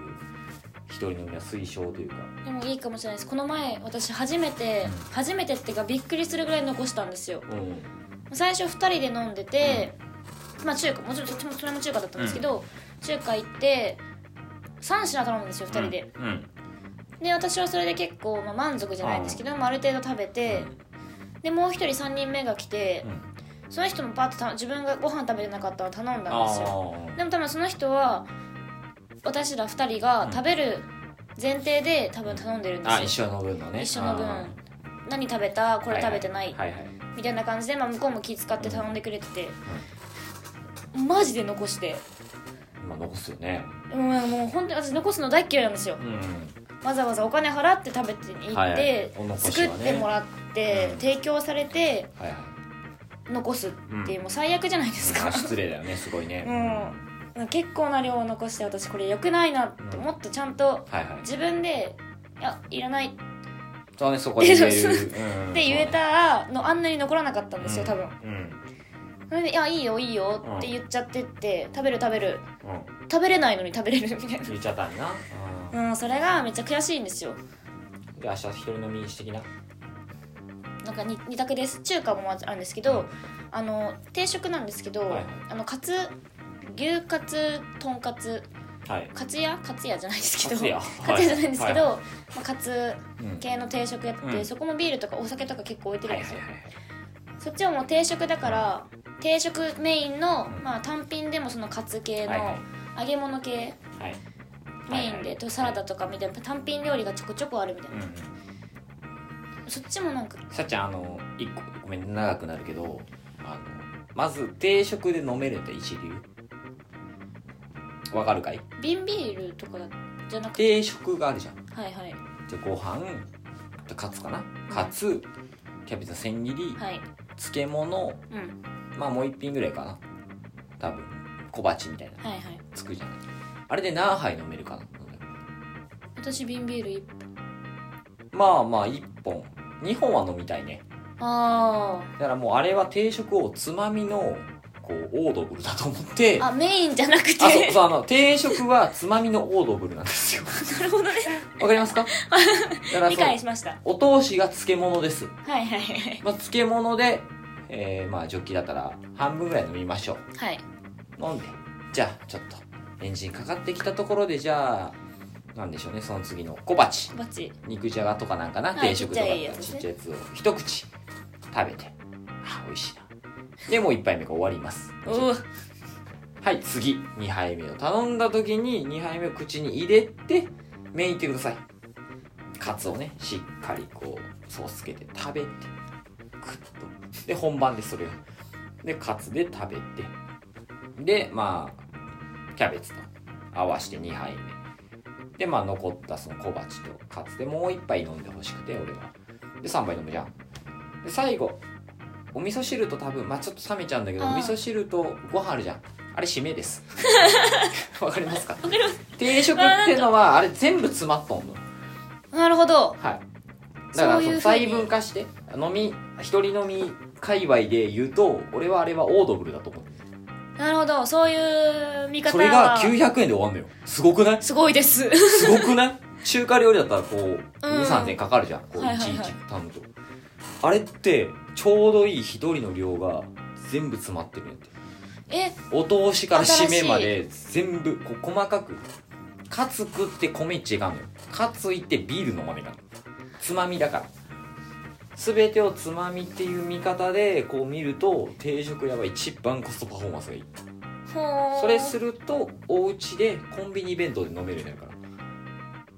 A: 一人飲みは推奨というか
B: でもいいかもしれないですこの前私初めて初めてっていうかびっくりするぐらい残したんですよ
A: うん
B: 最初2人で飲んでて、まあ中華もちろんそっちもそれも中華だったんですけど、中華行って3品頼むんですよ2人で、
A: うん
B: で私はそれで結構、まあ、満足じゃないんですけど、まあ、ある程度食べて、でもう1人3人目が来て、その人もパッとた自分がご飯食べてなかったら頼んだんですよでも多分その人は私ら2人が食べる前提で多分頼んでるんで
A: ああ
B: すよ
A: 一、緒の分のね
B: 一緒の分
A: あ
B: 何食べた
A: ー
B: これ食べてない、
A: はいはい、はい
B: みたいな感じで、まあ、向こうも気遣って頼んでくれてて、マジで残して
A: まあ残すよね
B: うんもう本当に私残すの大っ嫌いなんですよ
A: うん
B: わざわざお金払って食べて行って、
A: はいはいお残し
B: 作
A: はね
B: ってもらって、
A: うん
B: 提供されて
A: はいはい
B: 残すっていう、
A: うん
B: もう最悪じゃないですか、
A: 失礼だよねすごいね
B: うん、結構な量を残して私これ良くないなって、
A: うん
B: もっとちゃんと
A: はいはい
B: 自分でいやいらないっ
A: そうねそこで言え
B: で
A: る、
B: そう
A: うん
B: て言えたらのあんなに残らなかったんですよ多分、
A: うん
B: それで「いやいいよいいよ」って言っちゃってって、食べる食べる
A: うん
B: 食べれないのに食べれるみたい
A: 言っちゃったんやな、う
B: なうんそれがめっちゃ悔しいんですよ
A: ん、で明日一人飲みしてきな
B: なんか 2, 択です中華もまずあるんですけど、
A: うん
B: あの定食なんですけど、
A: はいはい
B: あのカツ牛カツとんかつ
A: はい
B: カツ屋カツ屋じゃないですけど
A: カツ屋
B: カツ屋じゃないんですけど、
A: は
B: まあ、カツ
A: いうん
B: 系の定食やってて、
A: うん
B: そこもビールとかお酒とか結構置いてる
A: は
B: ん
A: い
B: で
A: は
B: す
A: い
B: よ、
A: はい
B: そっちはもう定食だから定食メインの、
A: うん
B: まあ、単品でもそのカツ系の、
A: はいはい
B: 揚げ物系
A: はい
B: メインでとサラダとかみたいな単品料理がちょこちょこあるみたい
A: うん
B: な、そっちもなんか
A: さっちゃんあの一個ごめん長くなるけどあのまず定食で飲めるって一流わかるかい
B: 瓶ビールとかじゃなくて
A: 定食があるじゃん
B: はいはい
A: でご飯でカツかなカツキャベツの千切り、
B: はい
A: 漬物
B: うん
A: まあもう一品ぐらいかな多分小鉢みたいな
B: はいはい
A: つくじゃないあれで何杯飲めるかな
B: 私瓶ビール一杯
A: まあまあ1本2本は飲みたいね
B: あ
A: だからもうあれは定食をつまみのこうオードブルだと思って
B: ー
A: あ
B: あメインじゃなくて
A: そうそうあの定食はつまみのオードブルなんです よ
B: なるほどね
A: わかりますかだから
B: 理
A: そう
B: 解しました
A: お通しが漬物です、
B: はいはいはい
A: まあ、漬物で、えーまあジョッキだったら半分ぐらい飲みましょう
B: はい
A: 飲んでじゃあちょっとエンジンかかってきたところでじゃあなんでしょうねその次の小鉢
B: 小鉢
A: 肉じゃがとかなんかな、
B: はい
A: 定食とかだったらち
B: ち
A: っ
B: っ
A: ち
B: ち
A: ゃいやつを一口食べてあ美味しいなでもう1杯目が終わります
B: おー
A: はい次2杯目を頼んだ時に2杯目を口に入れて麺いってくださいカツをねしっかりこうソースつけて食べてクッとで本番でそれをでカツで食べてでまあキャベツと合わせて2杯目でまあ残ったその小鉢とカツでもう1杯飲んでほしくて俺はで3杯飲むじゃんで最後お味噌汁と多分まあちょっと冷めちゃうんだけどお
B: あー
A: 味噌汁とご飯あるじゃんあれ締めです わかりますか
B: わかります
A: 定食ってのはあれ全部詰まっとんの
B: なるほど
A: はい。だから
B: そういうふう
A: そ
B: に
A: の細分化して、飲み、一人飲み界隈で言うと、俺はあれはオードブルだと思う。
B: なるほどそういう見方
A: それが900円で終わんのよ。すごくない
B: すごいです
A: すごくない中華料理だったらこう、
B: うん
A: 2、3000円かかるじゃん。こう、
B: はい
A: い
B: はいは
A: ち
B: い
A: いち頼むと。あれって、ちょうどいい一人の量が全部詰まってるんやって。
B: え
A: お通しから締めまで全部、こう細かく。カツ食って米いっちゃいかんのよ。カツいってビール飲まねえかんの。つまみだから。すべてをつまみっていう見方でこう見ると定食屋は一番コストパフォーマンスがいい
B: ほー
A: それするとお家でコンビニ弁当で飲めるようになるか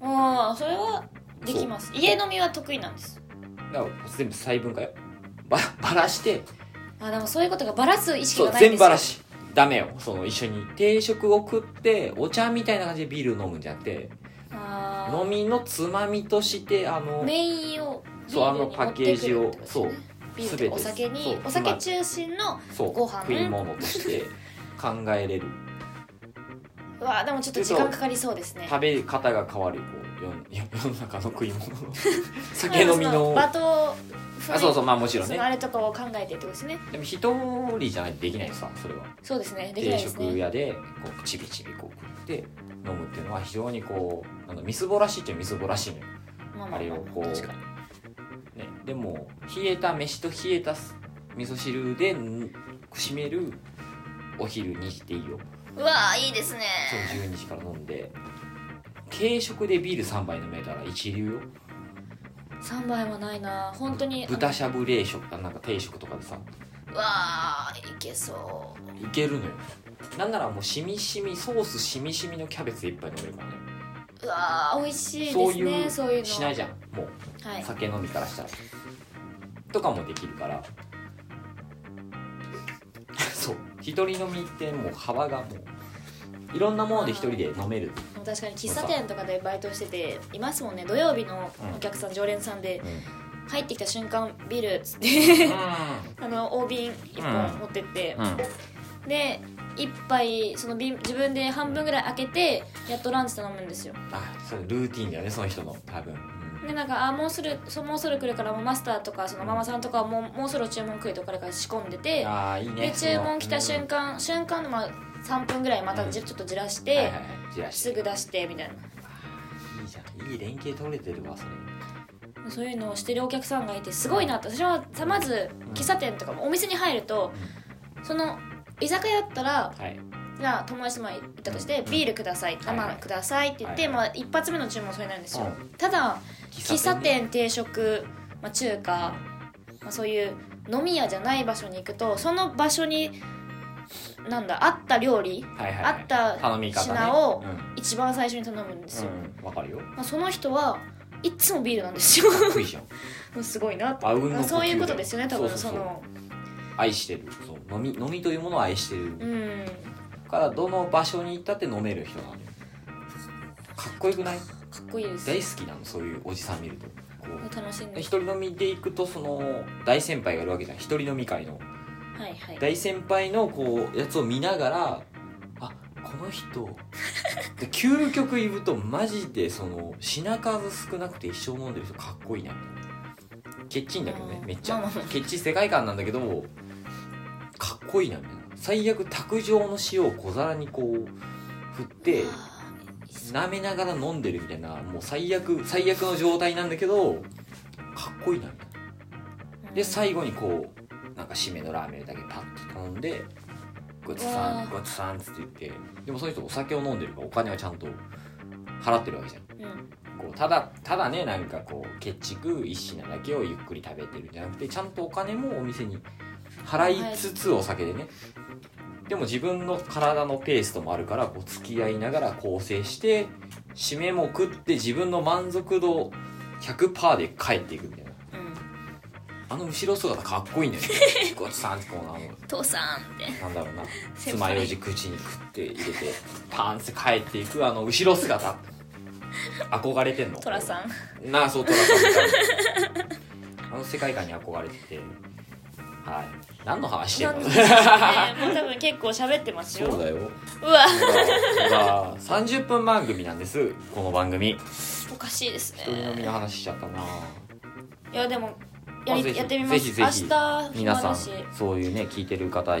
A: ら
B: ああそれはできます家飲みは得意なんです
A: だから全部細分化よばばらして
B: あでもそういうことがバラす意識
A: そ
B: が
A: う
B: ないん
A: 全
B: で
A: 部
B: すよ
A: ばらしダメよその一緒に定食を食ってお茶みたいな感じでビール飲むんじゃなくて
B: あー
A: 飲みのつまみとしてあの
B: メインをビ
A: そうあ
B: ール
A: の
B: に
A: パ
B: 持
A: ッ
B: っ
A: ケー
B: てく
A: ジ
B: る
A: を
B: ってことです
A: そう
B: ねビー
A: 全
B: ルと
A: て
B: かお酒に
A: そう
B: お酒中心の
A: そう
B: ご飯
A: 食い物と して考えれる
B: うわーでもちょっと時間かかりそうですね
A: 食べ方が変わるこう世の 世の中の食い 物の酒飲みの
B: バト
A: あそうそうまあもちろん
B: そ
A: ね
B: のあれとかを考えてってことですね
A: でも一人じゃないとできないよさそれは
B: そうですねできな
A: 定
B: いです
A: 食
B: ね
A: 屋でこうちびちびこう食って飲むっていうのは非常にこうあのみすぼらしいっちゃみすぼらしいのよ、
B: まあまあま
A: あれをこう
B: 確かに
A: ね、でも冷えた飯と冷えたす味噌汁でん締めるお昼にしていいよ
B: うわーいいですね
A: その12時から飲んで軽食でビール3杯飲めたら一流よ
B: 3杯もないな本当に
A: 豚しゃぶ冷食かなんか定食とかでさ
B: うわーいけそ
A: いけるのよなんならもうしみしみソースしみしみのキャベツ一杯飲めるからね
B: ううわー美味しい
A: そ
B: で
A: う
B: すねそうい
A: いうう
B: の
A: しないじゃんもう
B: はい
A: 酒飲みからしたらとかもできるから そう一人飲みってもう幅がもういろんなもので一人で飲める、
B: でも確かに喫茶店とかでバイトしてていますもんね土曜日のお客さん、常連さんで
A: うん
B: 入ってきた瞬間ビールっつって あの大瓶1
A: う
B: 本
A: ん
B: 持ってって、
A: うん
B: で1杯その瓶自分で半分ぐらい開けてやっとランチ頼むんですよ
A: あそれルーティンだよねその人の多分、うん
B: でなんかあもうすぐそうもうすぐ来るからもうマスターとかそのママさんとかはもうもうすぐ注文来るとこれから仕込んでて
A: ああいい
B: で
A: ね
B: 注文来た瞬間、瞬間のまあ3分ぐらいまたじ
A: う
B: ちょっとじらし
A: 間
B: て、
A: じらして
B: すぐ出してみたい
A: いいじゃんいい連携取れてるわそれ
B: なそういうのをしてるお客さんがいてすごいなと私はさまず
A: ん
B: 喫茶店とかお店に入るとその居酒屋だったら
A: はい
B: じゃあ友達とも行ったとして
A: うん
B: ビールください
A: はいはい
B: 生くださいって言って、
A: はい
B: まあ、一発目の注文はそれなんですよ、
A: う
B: ただ喫茶
A: で
B: 店定食、まあ、中華、まあ、そういう飲み屋じゃない場所に行くとその場所になんだあった料理
A: はいはい、
B: あった
A: 頼み方、ね、
B: 品を
A: うん
B: 一番最初に頼むんですよ、
A: うん、わかるよ
B: まあ、その人はいっつもビールなんですよ
A: いいじゃん
B: すごいなと
A: あうんの呼吸だよ
B: そういうことですよね多分
A: そう
B: そ
A: そうそう
B: の
A: 愛してるそう飲み飲みというものを愛してる
B: うん
A: からどの場所に行ったって飲める人なのよかっこよくない
B: かっこいいです
A: 大好きなのそういうおじさん見るとこう
B: 楽しん
A: で
B: で
A: 一人飲みで行くとその大先輩がいるわけじゃん一人飲み会の
B: はいはい
A: 大先輩のこうやつを見ながらあこの 人で究極言うとマジでその品数少なくて一生飲んでる人かっこいいなみたいなケッチンだけどね
B: うん
A: めっちゃ
B: まあまあ
A: ケッチン世界観なんだけどかっこいいなみたいな最悪卓上の塩を小皿にこう振って
B: あーいいっすね
A: 舐めながら飲んでるみたいなもう最悪最悪の状態なんだけどかっこいいなみたいなで最後にこうなんか締めのラーメンだけパッと頼んで「ごちそうさ
B: うんわ
A: ごちそうさん」っつって言ってでもその人お酒を飲んでるからお金はちゃんと払ってるわけじゃん
B: うん
A: こうただただねなんかこうケチく一品だけをゆっくり食べてるんじゃなくてちゃんとお金もお店に払いつつお酒でねでも自分の体のペースともあるからこう付き合いながら構成して締めも食って自分の満足度100%で帰っていくみたいな
B: うん
A: あの後ろ姿かっ こいいんだよねごちさんってこうな
B: 父さんって
A: なんだろうな
B: 先輩
A: 爪楊枝口に食って入れてパーンって帰っていくあの後ろ姿憧れてんの
B: 寅さん
A: んなあそうトラさんみたいなあの世界観に憧れててはい何の話してん
B: なん
A: の
B: ですねもう多分結構喋ってますよ
A: そうだよ
B: うわ
A: そうだそうだ30分番組なんですこの番組
B: おかしいです
A: 一人飲み
B: ね
A: の話しちゃったない
B: やでも
A: ま
B: やり
A: あぜひ
B: やってみます
A: ぜひぜひ
B: 明日
A: 皆
B: 暇
A: さ
B: だ
A: ん
B: し
A: そういうね聞いてる方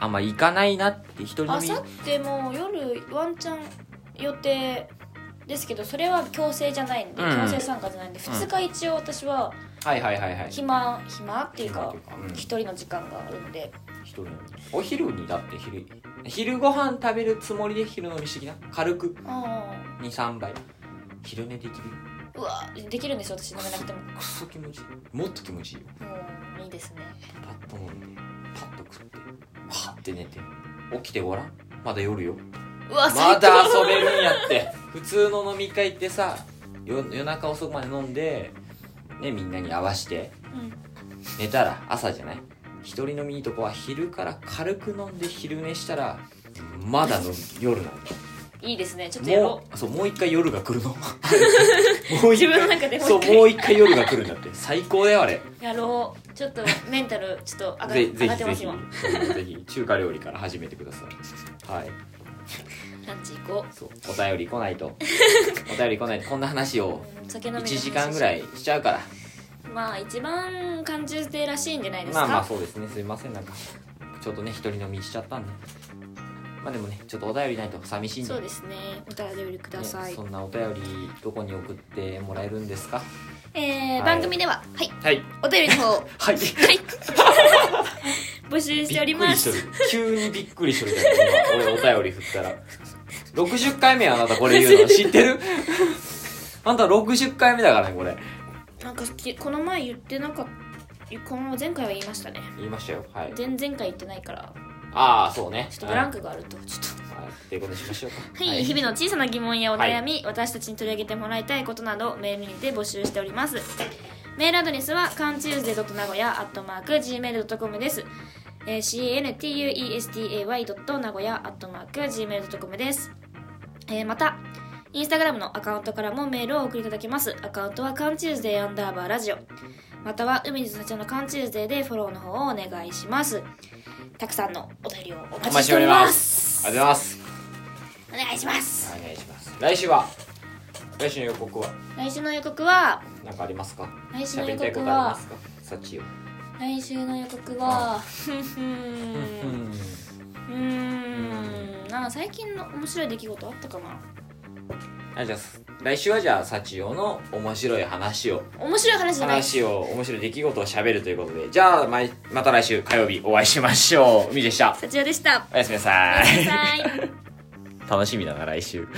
A: あんま行かないなって一人
B: 明
A: 飲み
B: 後日もう夜ワンチャン予定ですけどそれは強制じゃないんで、
A: うん
B: 強制参加じゃないんで2日一応私は
A: はいはいはいはい
B: 暇、暇っていう
A: 暇
B: か
A: というかうん
B: 一人の時間があるので
A: 一人飲みお昼にだって昼昼ご飯食べるつもりで昼飲みしてきな軽く
B: あ
A: 23杯昼寝できる
B: ーうわできるんですよ私飲めなくてもも
A: クソ気持ちいいもっと気持ちいいよ
B: ういいですね
A: パッと飲んでパッと食ってはって寝て起きてごらんまだ夜よ
B: うわ
A: ま
B: 最高
A: だ遊べるんやって普通の飲み会ってさ夜夜中遅くまで飲んで、ね、みんなに合わして
B: うん
A: 寝たら朝じゃない一人飲みいいとこは昼から軽く飲んで昼寝したらまだの夜なんだ
B: いいですねちょっとやろ
A: もうそうもう一回夜が 来るのもう一回
B: 自分の中でもう一回
A: そうもう一回夜が来るんだって最高だよあれ
B: うやろうちょっとメンタルちょっと上が
A: ぜ
B: 上
A: ぜひ
B: がって
A: ぜ
B: ま
A: ひ
B: す今
A: そうぜひ中華料理から始めてくださいはい
B: ランチ行こ
A: そうお便り来ない とお便り来ないとこんな話を
B: ううん酒飲みの
A: 1
B: 話
A: 時間ぐらいしちゃうから
B: まあ一番感じてらしいんじゃないです
A: ま
B: か
A: あまあそうですねすいませんなんかちょっとね一人飲みしちゃったんでまあでもねちょっとお便りないと寂しいんで
B: そうですねお便りください、
A: ねそんなお便りどこに送ってもらえるんですか
B: えー
A: はい
B: 番組でははい
A: はい
B: お便 りの方
A: はい
B: はい 募集しております
A: びっくりして る急にびっくりしてるけ ど今俺お便り振ったら60回目よあなたこれ言 うの知ってる あんた60回目だからねこれ
B: なんかきこの前言ってなかったこの前回は言いましたね
A: 言いましたよはい
B: 前々回言ってないから
A: ああそうね
B: ちょっとブラン
A: ク
B: クがあるとちょっと
A: はいっていうことにしましょうか
B: はい、日々の小さな疑問やお悩み、私たちに取り上げてもらいたいことなどをメールにて募集しておりますメールアドレスはカンチューゼ名古屋アットマーク Gmail.com です、えー、cantuesday. 名古屋アットマーク Gmail.com です、えーまたインスタグラムのアカウントからもメールをお送りいただけますアカウントはカンチューズデーアンダーバーラジオまたは海の社長のカンチューズデーでフォローの方をお願いしますたくさんのお便りをお
A: お
B: 待
A: 待
B: ち
A: ちし
B: してて
A: お
B: お
A: り
B: り
A: ま
B: ます
A: すありがとうございます
B: お願いします
A: お願いします来週は来週の予告は
B: 来週の予告は
A: 何かありますか
B: 来週の
A: 喋
B: 予
A: りたいこ
B: 告
A: とありま
B: は
A: すかさちよ
B: 来週の予告はふんふ
A: うんん
B: うーんなんか最近の面白い出来事あったかな
A: あじゃあ来週はじゃあさちよの面白い話を
B: 面白い話じゃない
A: 話を面白い出来事を喋るということでじゃあまいまた来週火曜日お会いしましょう海でした
B: 幸代でした
A: おやすみな
B: お
A: さ
B: やすみ
A: い
B: なさい
A: 楽しみだな来週